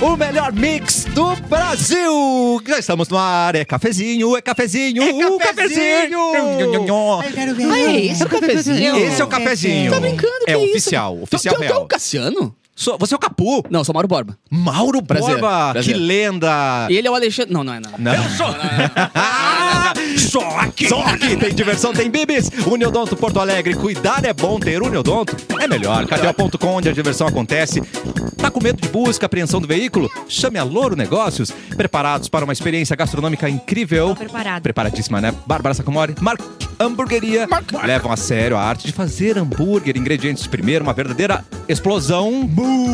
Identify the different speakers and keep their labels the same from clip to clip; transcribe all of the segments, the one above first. Speaker 1: o melhor mix do Brasil. Já estamos no ar, é cafezinho, é cafezinho, o cafezinho.
Speaker 2: Ah, é esse o cafezinho?
Speaker 1: Esse é o cafezinho.
Speaker 2: Tá brincando, que
Speaker 1: É
Speaker 2: é isso?
Speaker 1: oficial, oficial
Speaker 2: tu, tu, tu é o
Speaker 1: real.
Speaker 2: Cassiano?
Speaker 1: Sou- Você é o Capu.
Speaker 2: Não, sou Mauro Borba.
Speaker 1: Mauro
Speaker 2: Prazer,
Speaker 1: Borba,
Speaker 2: prazer.
Speaker 1: que lenda.
Speaker 2: E ele é o Alexandre... Não, não é não.
Speaker 1: Ah. Não. Ah, Só aqui. Só aqui tem diversão, tem bibis. Uniodonto Porto Alegre, cuidar é bom, ter Uniodonto é melhor. Cadel.com, onde a diversão acontece. Tá com medo de busca, apreensão do veículo? Chame a Louro Negócios. Preparados para uma experiência gastronômica incrível.
Speaker 3: Tô preparada.
Speaker 1: Preparadíssima, né? Bárbara Sacomori, Mark Hamburgueria. Levam a sério a arte de fazer hambúrguer. Ingredientes de primeiro, uma verdadeira explosão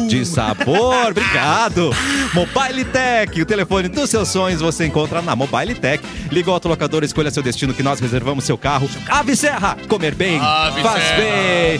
Speaker 1: de sabor. Obrigado. Mobile Tech, o telefone dos seus sonhos você encontra na Mobile Tech. Liga o autolocador, escolha seu destino que nós reservamos seu carro. Ave Serra, comer bem,
Speaker 4: Ave
Speaker 1: faz
Speaker 4: Serra.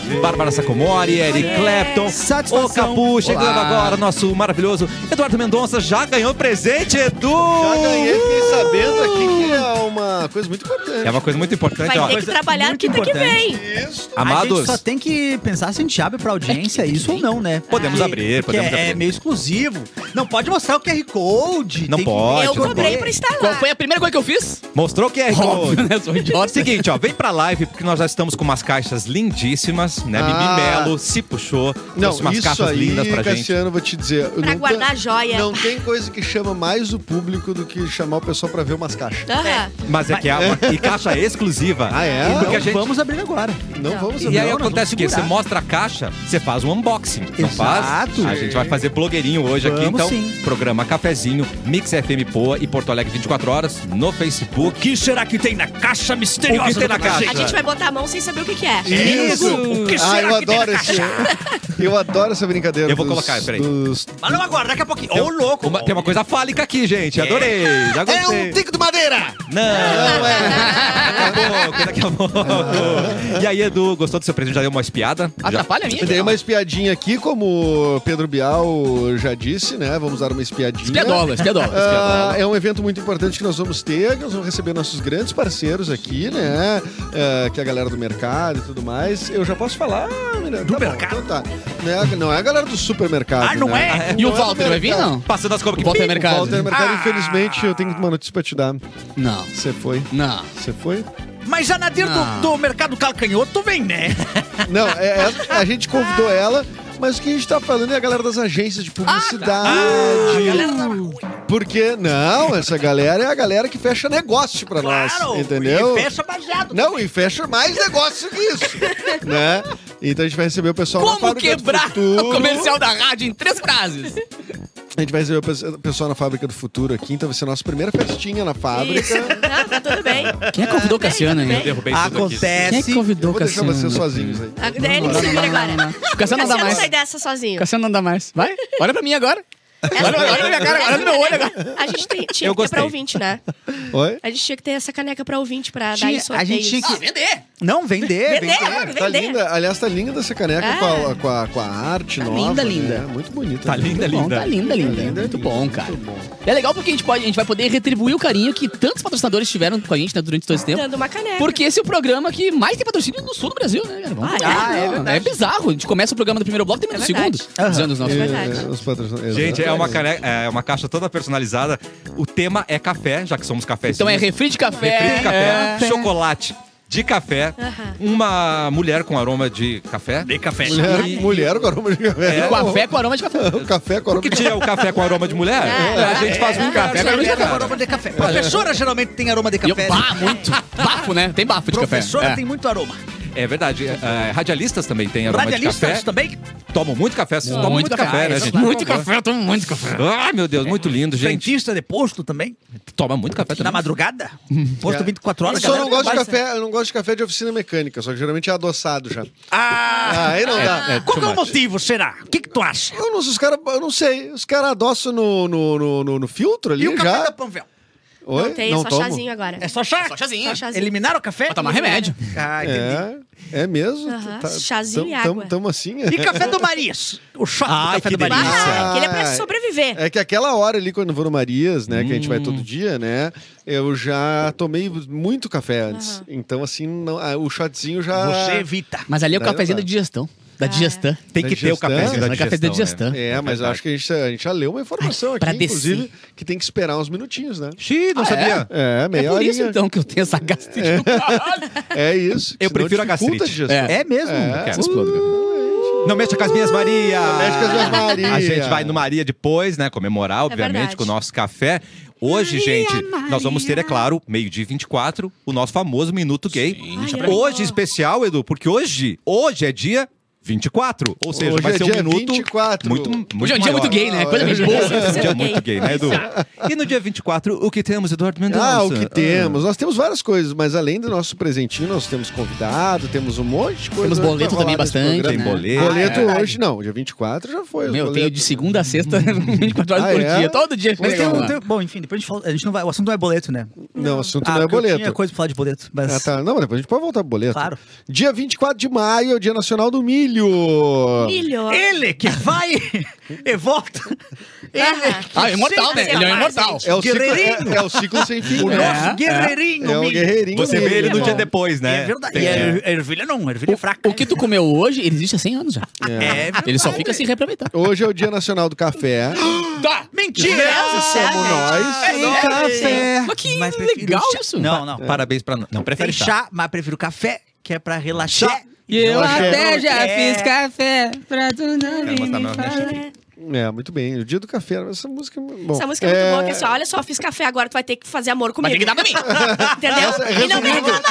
Speaker 1: bem. Bárbara Sacomori, Eric Clapton,
Speaker 5: Satisfação.
Speaker 1: o Capu. Chegando
Speaker 2: Olá.
Speaker 1: agora, nosso maravilhoso Eduardo Mendonça já ganhou presente, Edu.
Speaker 4: Já ganhei, fiquei sabendo aqui que
Speaker 6: Hum.
Speaker 4: é uma coisa muito importante.
Speaker 1: É uma coisa muito importante, ó.
Speaker 3: Vai ter que trabalhar
Speaker 5: muito
Speaker 3: quinta que
Speaker 5: importante.
Speaker 3: vem.
Speaker 4: Isso.
Speaker 5: A
Speaker 1: Amados,
Speaker 5: gente só tem que pensar se a gente abre pra audiência isso ou não, né?
Speaker 1: Podemos
Speaker 5: Porque-
Speaker 1: abrir,
Speaker 5: porque
Speaker 1: podemos
Speaker 5: é,
Speaker 1: abrir.
Speaker 5: meio exclusivo. Não pode mostrar o QR Code.
Speaker 1: Não
Speaker 5: tem que-
Speaker 1: pode,
Speaker 3: Eu
Speaker 1: Ótimo,
Speaker 3: cobrei
Speaker 1: bom.
Speaker 3: pra estar
Speaker 2: Qual
Speaker 3: lá.
Speaker 2: foi a primeira coisa que eu fiz?
Speaker 1: mostrou que é
Speaker 2: Óbvio, né? Sou idiota.
Speaker 1: Seguinte, ó, vem pra live, porque nós já estamos com umas caixas lindíssimas, né?
Speaker 4: Ah.
Speaker 1: Mimi Melo se puxou,
Speaker 4: Não,
Speaker 1: trouxe umas
Speaker 4: isso
Speaker 1: caixas
Speaker 4: aí,
Speaker 1: lindas pra gente.
Speaker 4: Cassiano, vou te dizer. eu
Speaker 3: Pra
Speaker 4: não
Speaker 3: guardar
Speaker 4: tem-
Speaker 3: joia.
Speaker 4: Não tem coisa que chama mais o público do que chamar o pessoal pra ver umas caixas.
Speaker 3: Aham.
Speaker 1: Mas é que é uma e caixa exclusiva.
Speaker 4: Ah, é?
Speaker 1: Porque
Speaker 5: Então
Speaker 1: a gente-
Speaker 5: vamos abrir agora.
Speaker 4: Não
Speaker 3: Não.
Speaker 4: vamos
Speaker 1: E aí
Speaker 5: Não, nós
Speaker 1: acontece o quê?
Speaker 5: vamos
Speaker 1: Você
Speaker 5: segurar.
Speaker 1: mostra a caixa, você faz um unboxing. Não
Speaker 5: Exato.
Speaker 1: faz? A gente vai fazer blogueirinho hoje aqui,
Speaker 5: Vamos
Speaker 1: então.
Speaker 5: sim.
Speaker 1: Programa Cafezinho, Mix FM Poa e Porto Alegre 24 horas no Facebook.
Speaker 6: que será que tem na caixa misteriosa?
Speaker 1: O que tem na
Speaker 6: do Brasil?
Speaker 3: A gente vai botar a mão sem saber o que, que é.
Speaker 4: Isso!
Speaker 6: O que
Speaker 4: Ah,
Speaker 6: será
Speaker 4: eu
Speaker 6: que tem
Speaker 4: adoro
Speaker 6: na
Speaker 4: esse. Eu adoro essa brincadeira.
Speaker 1: Eu vou
Speaker 4: dos-
Speaker 1: colocar, peraí.
Speaker 4: dos-
Speaker 6: Mas não agora, daqui a pouquinho.
Speaker 1: Tem
Speaker 6: Ô, louco!
Speaker 1: uma- tem uma coisa fálica aqui, gente. Adorei. Já
Speaker 6: É
Speaker 1: gostei.
Speaker 6: um tico de madeira!
Speaker 1: Não.
Speaker 4: Não, é.
Speaker 1: Daqui a pouco, daqui a pouco. é E aí, Edu, gostou do seu presente? Já deu uma espiada? Já...
Speaker 2: Atrapalha a minha?
Speaker 4: Eu dei uma espiadinha aqui, como o Pedro Bial já disse, né? Vamos dar uma espiadinha.
Speaker 2: Espiadola, espiadola.
Speaker 4: Ah, é um evento muito importante que nós vamos ter, que nós vamos receber nossos grandes parceiros aqui, né? Ah, que é a galera do mercado e tudo mais. Eu já posso falar, Miranda?
Speaker 6: Do
Speaker 4: Tá bom,
Speaker 6: mercado?
Speaker 4: então tá. Não é- Não é a galera do supermercado.
Speaker 6: Ah, não
Speaker 4: né?
Speaker 6: é?
Speaker 2: E o
Speaker 4: Não é
Speaker 2: Walter
Speaker 4: do
Speaker 2: vai vir,
Speaker 4: mercado.
Speaker 2: não?
Speaker 1: Passando as cobras
Speaker 2: O
Speaker 1: que
Speaker 2: Walter
Speaker 4: O
Speaker 2: Mercado.
Speaker 4: Walter Mercado,
Speaker 6: Ah.
Speaker 4: infelizmente, eu tenho uma notícia pra te dar.
Speaker 2: Não,
Speaker 4: Você foi.
Speaker 2: não.
Speaker 4: Você foi?
Speaker 6: Mas a Nadir
Speaker 2: Ah.
Speaker 6: do, do mercado calcanhoto vem, né?
Speaker 4: Não, é- é- a gente convidou ela, mas o que a gente tá falando é a galera das agências de publicidade.
Speaker 2: Ah, tá
Speaker 4: Porque, não, essa galera é a galera que fecha negócio pra nós, entendeu?
Speaker 6: E fecha baseado.
Speaker 4: Não, e fecha mais negócio que isso, né? Então a gente vai receber o pessoal na
Speaker 2: Como
Speaker 4: Fábrica
Speaker 2: quebrar
Speaker 4: do Futuro.
Speaker 2: o comercial da rádio em três frases?
Speaker 4: A gente vai receber o pe- o pessoal na Fábrica do Futuro aqui, então vai ser a nossa primeira festinha na fábrica.
Speaker 3: Isso. Não, tá tudo bem.
Speaker 2: Quem é que convidou o Cassiano
Speaker 3: tudo
Speaker 2: aí?
Speaker 3: bem.
Speaker 1: derrubei tudo aqui.
Speaker 2: Quem é que
Speaker 5: Acontece.
Speaker 2: convidou
Speaker 4: Eu
Speaker 2: o
Speaker 4: vou deixar
Speaker 2: Cassiano?
Speaker 4: vocês sozinhos aí.
Speaker 3: Agora Ele que se vira agora.
Speaker 2: O Cassiano não dá
Speaker 3: Cassiano
Speaker 2: mais.
Speaker 3: sai dessa sozinho.
Speaker 2: Cassiano não dá mais. Vai, olha pra mim agora.
Speaker 3: Essa
Speaker 2: Olha- olha
Speaker 3: caneca-
Speaker 2: minha cara,
Speaker 3: essa
Speaker 2: olha no meu olho
Speaker 3: caneca- A gente tem- tinha
Speaker 1: Eu
Speaker 3: que ter
Speaker 1: gostei.
Speaker 3: pra ouvinte, né?
Speaker 4: Oi?
Speaker 3: A gente tinha que ter essa caneca pra ouvinte pra dar
Speaker 5: Tinha-
Speaker 3: em
Speaker 5: a
Speaker 3: sorteios.
Speaker 5: gente tinha que-
Speaker 2: Vender!
Speaker 5: Não, vender.
Speaker 3: Vender,
Speaker 2: Ah,
Speaker 5: vender.
Speaker 3: vamos
Speaker 4: Tá
Speaker 3: vender.
Speaker 4: linda, aliás, tá linda essa caneca
Speaker 3: Ah.
Speaker 4: com, a, com, a, com a arte
Speaker 2: É. Tá
Speaker 4: nova.
Speaker 2: linda,
Speaker 4: né?
Speaker 2: linda.
Speaker 4: Muito bonita.
Speaker 1: Tá
Speaker 4: né?
Speaker 1: linda,
Speaker 2: Bom,
Speaker 1: linda.
Speaker 2: tá linda, linda.
Speaker 4: Linda,
Speaker 2: Muito
Speaker 4: linda,
Speaker 2: bom, cara.
Speaker 4: muito bom.
Speaker 2: É legal porque a gente, pode, a gente vai poder retribuir o carinho que tantos patrocinadores tiveram com a gente né, durante todo esse tempo.
Speaker 3: Dando uma caneca.
Speaker 2: Porque esse é o programa que mais tem patrocínio no sul do Brasil, né, cara? Vamos
Speaker 3: Ah,
Speaker 2: falar.
Speaker 3: é?
Speaker 2: Não, é bizarro. A gente começa o programa do primeiro bloco e termina no
Speaker 3: É verdade.
Speaker 2: segundo. Dizendo os nossos.
Speaker 3: É.
Speaker 4: É,
Speaker 3: Verdade.
Speaker 4: os patrocinadores.
Speaker 1: Gente, é uma,
Speaker 4: Exatamente.
Speaker 1: caneca- é uma caixa toda personalizada. O tema é café, já que somos café.
Speaker 2: Então é refri de café.
Speaker 1: refri de café,
Speaker 2: é-
Speaker 1: chocolate de café, uma mulher com aroma de café.
Speaker 6: Dei café.
Speaker 4: Mulher, mulher com aroma de café.
Speaker 1: É,
Speaker 2: Com café com aroma de café.
Speaker 4: O café com aroma
Speaker 1: Que
Speaker 4: de
Speaker 1: tira o café com aroma de mulher?
Speaker 3: É,
Speaker 1: a gente faz um café com aroma de
Speaker 6: Mulher com
Speaker 1: café.
Speaker 6: aroma de café. Professora geralmente tem aroma de
Speaker 2: E eu,
Speaker 5: né?
Speaker 6: café.
Speaker 2: bah, muito. Bafo, né? Tem bafo de café.
Speaker 6: Professora
Speaker 2: É.
Speaker 6: tem muito aroma.
Speaker 1: É verdade. é, é, radialistas também têm aroma de café.
Speaker 6: Radialistas também.
Speaker 1: Tomam muito café. Vocês tomam muito café, né, gente?
Speaker 2: Muito café, eu tomo muito café.
Speaker 1: Ai, meu Deus, muito lindo, gente.
Speaker 6: Frentista de posto também.
Speaker 1: Toma muito café
Speaker 6: Na
Speaker 1: também.
Speaker 6: madrugada. Posto
Speaker 4: É.
Speaker 6: 24
Speaker 4: Eu
Speaker 6: horas.
Speaker 4: só
Speaker 6: galera,
Speaker 4: não gosto de
Speaker 6: vai-
Speaker 4: café, eu não gosto de café de oficina mecânica, só que geralmente é adoçado já.
Speaker 6: Ah,
Speaker 4: Ah, aí não dá.
Speaker 1: É,
Speaker 6: qual que é
Speaker 1: too
Speaker 6: o
Speaker 1: much.
Speaker 6: motivo, será? O que, que tu acha?
Speaker 4: Eu não sei, os caras, eu não sei, os caras adoçam no, no, no, no- no filtro ali
Speaker 6: E o café
Speaker 4: já.
Speaker 6: da Panvel?
Speaker 4: Oi?
Speaker 3: Não tem, é só
Speaker 4: tomo.
Speaker 3: chazinho agora.
Speaker 6: É só chá?
Speaker 2: Só chazinho.
Speaker 5: Ah,
Speaker 3: Só chazinho.
Speaker 6: Eliminaram o café?
Speaker 2: Pra tomar remédio.
Speaker 6: Ah, entendi.
Speaker 4: É, é mesmo?
Speaker 3: Aham,
Speaker 4: Tá-
Speaker 3: chazinho
Speaker 4: tam-
Speaker 3: e
Speaker 4: tam-
Speaker 3: água.
Speaker 4: Tamo assim, é.
Speaker 6: E café do Marias? O shot
Speaker 1: Ai,
Speaker 6: do café
Speaker 1: que
Speaker 6: do Marias.
Speaker 1: delícia.
Speaker 3: Ah, aquele é pra sobreviver.
Speaker 4: É que aquela hora ali, quando eu vou no Marias, né, que a gente
Speaker 1: Hum.
Speaker 4: vai todo dia, né, eu já tomei muito café antes. Então, assim, não- ah, o shotzinho já...
Speaker 6: Você evita.
Speaker 2: Mas ali é o
Speaker 4: Daí não
Speaker 2: cafezinho
Speaker 4: dá.
Speaker 2: da digestão.
Speaker 3: Ah.
Speaker 2: Da digestão.
Speaker 1: Tem que ter o
Speaker 4: Digestão.
Speaker 1: cafezinho da
Speaker 2: Mas café da
Speaker 1: digestão,
Speaker 2: digestão.
Speaker 1: né?
Speaker 4: É, mas eu acho que a gente, a gente já leu uma informação aqui,
Speaker 2: pra descer.
Speaker 4: inclusive, que tem que esperar uns minutinhos, né?
Speaker 1: Xiii, não sabia.
Speaker 4: É,
Speaker 2: É
Speaker 4: meia
Speaker 2: por isso,
Speaker 4: horinha.
Speaker 2: então, que eu tenho essa gastrite.
Speaker 4: É isso.
Speaker 1: Eu
Speaker 4: senão
Speaker 1: prefiro a
Speaker 4: dificulta
Speaker 1: gastrite.
Speaker 4: digestão.
Speaker 2: É.
Speaker 5: É mesmo?
Speaker 1: Não quero.
Speaker 5: Uh,
Speaker 1: Não mexa com as minhas Maria! Não
Speaker 4: mexa com as minhas Maria. É
Speaker 1: A gente vai no Maria depois, né? Comemorar, obviamente,
Speaker 3: verdade.
Speaker 1: com o nosso café. Hoje, gente, nós vamos ter, é claro, meio-dia e 24, o nosso famoso Minuto Gay.
Speaker 3: Ai, ai,
Speaker 1: hoje
Speaker 3: ó.
Speaker 1: especial, Edu, porque hoje, hoje é dia 24. Ou seja,
Speaker 4: Hoje
Speaker 1: vai
Speaker 4: é
Speaker 1: ser um
Speaker 4: dia
Speaker 1: minuto
Speaker 4: 24.
Speaker 1: muito, muito
Speaker 2: Hoje é um dia
Speaker 1: maior.
Speaker 2: muito gay, né? Coisa bem
Speaker 4: Hoje é
Speaker 2: boa.
Speaker 1: Um dia
Speaker 3: Gay.
Speaker 1: muito gay, né, Edu? E no dia 24, o que temos, Eduardo Mendonça?
Speaker 4: Ah, o que temos? Nós temos várias coisas, mas além do nosso presentinho, nós temos convidado, temos um monte de coisa.
Speaker 2: Temos
Speaker 4: pra
Speaker 2: boleto
Speaker 4: rolar
Speaker 2: também
Speaker 4: nesse
Speaker 2: bastante,
Speaker 1: Tem
Speaker 4: programa.
Speaker 2: né?
Speaker 1: boleto.
Speaker 4: Boleto
Speaker 2: Ah, é.
Speaker 4: hoje não, dia 24 já foi.
Speaker 2: Meu, eu
Speaker 4: boleto.
Speaker 2: tenho de segunda a sexta 24 horas
Speaker 4: Ah,
Speaker 2: por
Speaker 4: é?
Speaker 2: dia. Todo dia.
Speaker 5: Mas tem
Speaker 2: chega
Speaker 5: um,
Speaker 2: lá.
Speaker 5: tem- bom, enfim, depois a gente fala. A gente não vai, o assunto não é boleto, né?
Speaker 4: Não, o assunto não
Speaker 5: porque
Speaker 4: é
Speaker 5: eu
Speaker 4: boleto.
Speaker 5: Tinha coisa pra falar de boleto. Mas
Speaker 4: Ah, tá. Não, mas depois a gente pode voltar pro boleto.
Speaker 5: Claro.
Speaker 4: Dia 24 de maio é o Dia Nacional do Milho. tá.
Speaker 3: Melhor.
Speaker 5: ele que vai e volta.
Speaker 3: Aham.
Speaker 2: Ah, é imortal, né?
Speaker 5: Chega
Speaker 2: Ele é
Speaker 5: mais,
Speaker 2: imortal.
Speaker 5: gente.
Speaker 4: É o, ciclo,
Speaker 5: Guerreirinho.
Speaker 4: é, é o ciclo sem fim.
Speaker 5: O
Speaker 4: né?
Speaker 5: nosso guerreirinho.
Speaker 4: É o
Speaker 5: milho.
Speaker 4: guerreirinho.
Speaker 1: Você
Speaker 4: dele.
Speaker 1: vê ele no
Speaker 3: bom.
Speaker 1: dia depois, né?
Speaker 5: É verdade.
Speaker 1: Tem-
Speaker 5: E a- a ervilha não, a ervilha é fraca.
Speaker 2: O que tu comeu hoje, ele existe há 100 anos já.
Speaker 5: É verdade.
Speaker 2: Ele só fica se reaproveitar.
Speaker 4: Hoje é o Dia Nacional do Café.
Speaker 2: Tá.
Speaker 5: Mentira!
Speaker 4: Somos nós.
Speaker 5: É, é,
Speaker 1: café.
Speaker 2: Mas que
Speaker 5: Mas prefiro
Speaker 2: legal
Speaker 5: chá.
Speaker 2: isso.
Speaker 5: Não, não.
Speaker 1: Parabéns pra nós. Não, prefere
Speaker 5: Prefiro
Speaker 1: chá.
Speaker 5: chá, mas prefiro café, que é pra relaxar.
Speaker 2: E eu
Speaker 4: Relaxa.
Speaker 2: até já
Speaker 5: É.
Speaker 2: fiz café pra tu não
Speaker 1: Quero
Speaker 2: vir
Speaker 1: botar meu-
Speaker 2: me falar.
Speaker 4: É, muito bem. O Dia do Café. Essa música é bom.
Speaker 3: né? Essa música é muito boa, que é assim, ó, olha só, fiz café, agora tu vai ter que fazer amor
Speaker 2: Mas
Speaker 3: comigo.
Speaker 2: tem que dar pra mim.
Speaker 3: Entendeu? E não vem reclamar.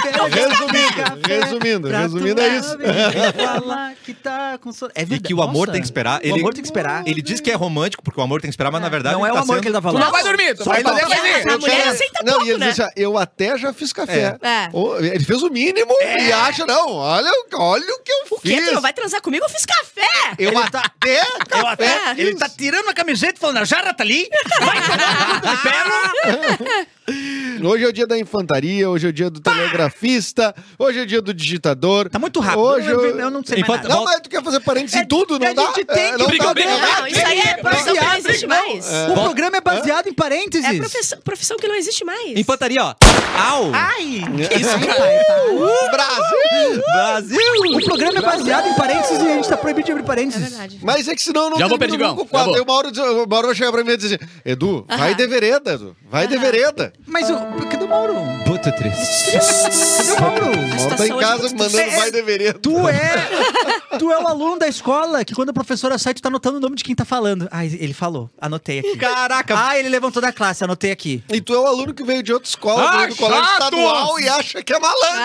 Speaker 4: Resumindo, resumindo,
Speaker 5: Pra tu
Speaker 4: resumindo é isso.
Speaker 5: não falar que tá com sono. É
Speaker 1: E
Speaker 5: verdade.
Speaker 1: que o amor
Speaker 5: Nossa.
Speaker 1: tem que esperar.
Speaker 5: O amor tem que esperar.
Speaker 1: Ele diz que é romântico, porque o amor tem que esperar, mas na verdade.
Speaker 5: não é o
Speaker 1: tá
Speaker 5: amor
Speaker 1: sendo-
Speaker 5: que ele tá
Speaker 2: Tu
Speaker 5: falando.
Speaker 2: não vai dormir, tu
Speaker 4: Só
Speaker 2: vai fazer
Speaker 4: falta-
Speaker 2: assim.
Speaker 3: A mulher
Speaker 4: Eu
Speaker 3: aceita
Speaker 4: não,
Speaker 3: pouco,
Speaker 4: e ele
Speaker 3: né?
Speaker 4: disse, ah, eu até já fiz café.
Speaker 3: É.
Speaker 4: Oh, ele fez o mínimo e acha, não, olha, olha o que eu
Speaker 3: Que é
Speaker 4: fiz.
Speaker 3: tu não vai transar comigo? Eu fiz café!
Speaker 4: Eu até
Speaker 5: Eu até-
Speaker 4: café
Speaker 5: ele
Speaker 4: fiz.
Speaker 5: tá tirando a camiseta e falando, a jarra tá ali, vai tomar no cu do pé.
Speaker 4: Hoje é o dia da infantaria, hoje é o dia do telegrafista, hoje é o dia do digitador.
Speaker 5: Tá muito rápido.
Speaker 4: Hoje
Speaker 5: eu,
Speaker 4: eu...
Speaker 5: eu não sei
Speaker 1: Enquanto-
Speaker 5: mais nada.
Speaker 4: Não, mas tu quer fazer parênteses em tudo, não
Speaker 5: a
Speaker 4: dá?
Speaker 5: gente tem
Speaker 4: É,
Speaker 5: que
Speaker 4: não
Speaker 5: brigar,
Speaker 4: dá,
Speaker 5: brigar.
Speaker 4: não dá.
Speaker 3: Não, isso aí é profissão que não existe mais.
Speaker 5: O programa é baseado em parênteses.
Speaker 3: É profissão, profissão que não existe mais.
Speaker 1: Infantaria, ó. Au!
Speaker 5: Ai, que isso,
Speaker 4: Brasil!
Speaker 5: Brasil! O programa é baseado em parênteses e a gente tá proibido de abrir
Speaker 3: É
Speaker 5: parênteses.
Speaker 3: verdade.
Speaker 4: Mas é que senão não
Speaker 2: Já vou,
Speaker 4: termina
Speaker 2: Perdigão,
Speaker 4: nunca o
Speaker 2: já
Speaker 4: quadro.
Speaker 2: vou.
Speaker 4: Aí o Mauro, diz- o Mauro vai chegar pra mim e dizer assim, Edu, vai
Speaker 3: Aham.
Speaker 4: de vereda, Edu. Vai de vereda.
Speaker 5: Mas o.
Speaker 3: Ah.
Speaker 5: Cadê o Mauro?
Speaker 1: Puta triste.
Speaker 5: Cadê o Mauro?
Speaker 4: O Mauro tá em
Speaker 3: situação hoje
Speaker 4: casa
Speaker 3: muito
Speaker 4: mandando
Speaker 5: difícil.
Speaker 4: vai de vereda.
Speaker 5: Tu é. Tu é o aluno da escola que quando a professora sai, tu tá anotando o nome de quem tá falando. Ah, ele falou. Anotei aqui.
Speaker 1: Caraca!
Speaker 5: Ah, ele levantou da classe, anotei aqui.
Speaker 4: E tu é o aluno que veio de outra escola,
Speaker 1: Ah,
Speaker 4: veio do colégio
Speaker 1: chato!
Speaker 4: estadual e acha que é malandro.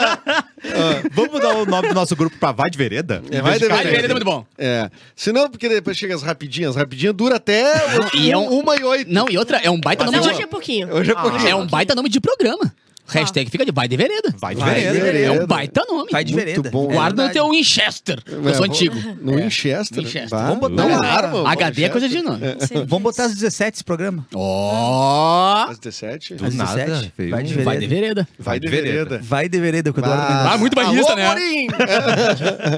Speaker 1: Ah, Vamos mudar o nome do nosso grupo pra Vai de Vereda?
Speaker 4: É, vai de
Speaker 2: Vai,
Speaker 4: vereda.
Speaker 2: ele é muito bom.
Speaker 4: É. Senão, porque depois chega as rapidinhas. As rapidinhas dura até
Speaker 2: E é um-
Speaker 4: uma e oito.
Speaker 2: Não, e outra, é um baita nome
Speaker 3: Não,
Speaker 2: de...
Speaker 3: hoje é pouquinho.
Speaker 4: Hoje é pouquinho.
Speaker 2: É um baita nome de programa.
Speaker 5: Ah.
Speaker 2: Hashtag fica de vai de vereda.
Speaker 1: Vai de
Speaker 4: Vai de
Speaker 1: Vereda.
Speaker 4: vereda.
Speaker 2: É um baita nome.
Speaker 5: Vai de
Speaker 4: Muito
Speaker 5: vereda.
Speaker 4: bom.
Speaker 2: Guarda
Speaker 5: é
Speaker 2: no teu Winchester. que Eu
Speaker 4: É,
Speaker 2: sou
Speaker 4: vou-
Speaker 2: antigo.
Speaker 4: No Winchester.
Speaker 2: Winchester.
Speaker 4: né? Bah.
Speaker 5: Vamos botar uma arma.
Speaker 2: HD é coisa de nome.
Speaker 5: Vamos botar as 17 esse programa?
Speaker 2: Ó.
Speaker 4: Às 17?
Speaker 1: Do nada, veio
Speaker 5: Vai de
Speaker 1: um-
Speaker 5: vereda.
Speaker 2: Vai de vereda.
Speaker 4: Vai de vereda.
Speaker 5: Vai de vereda com o Eduardo
Speaker 4: Bah.
Speaker 5: Mendonça.
Speaker 2: Ah, muito bairrista,
Speaker 4: Alô,
Speaker 2: né?
Speaker 4: Morim!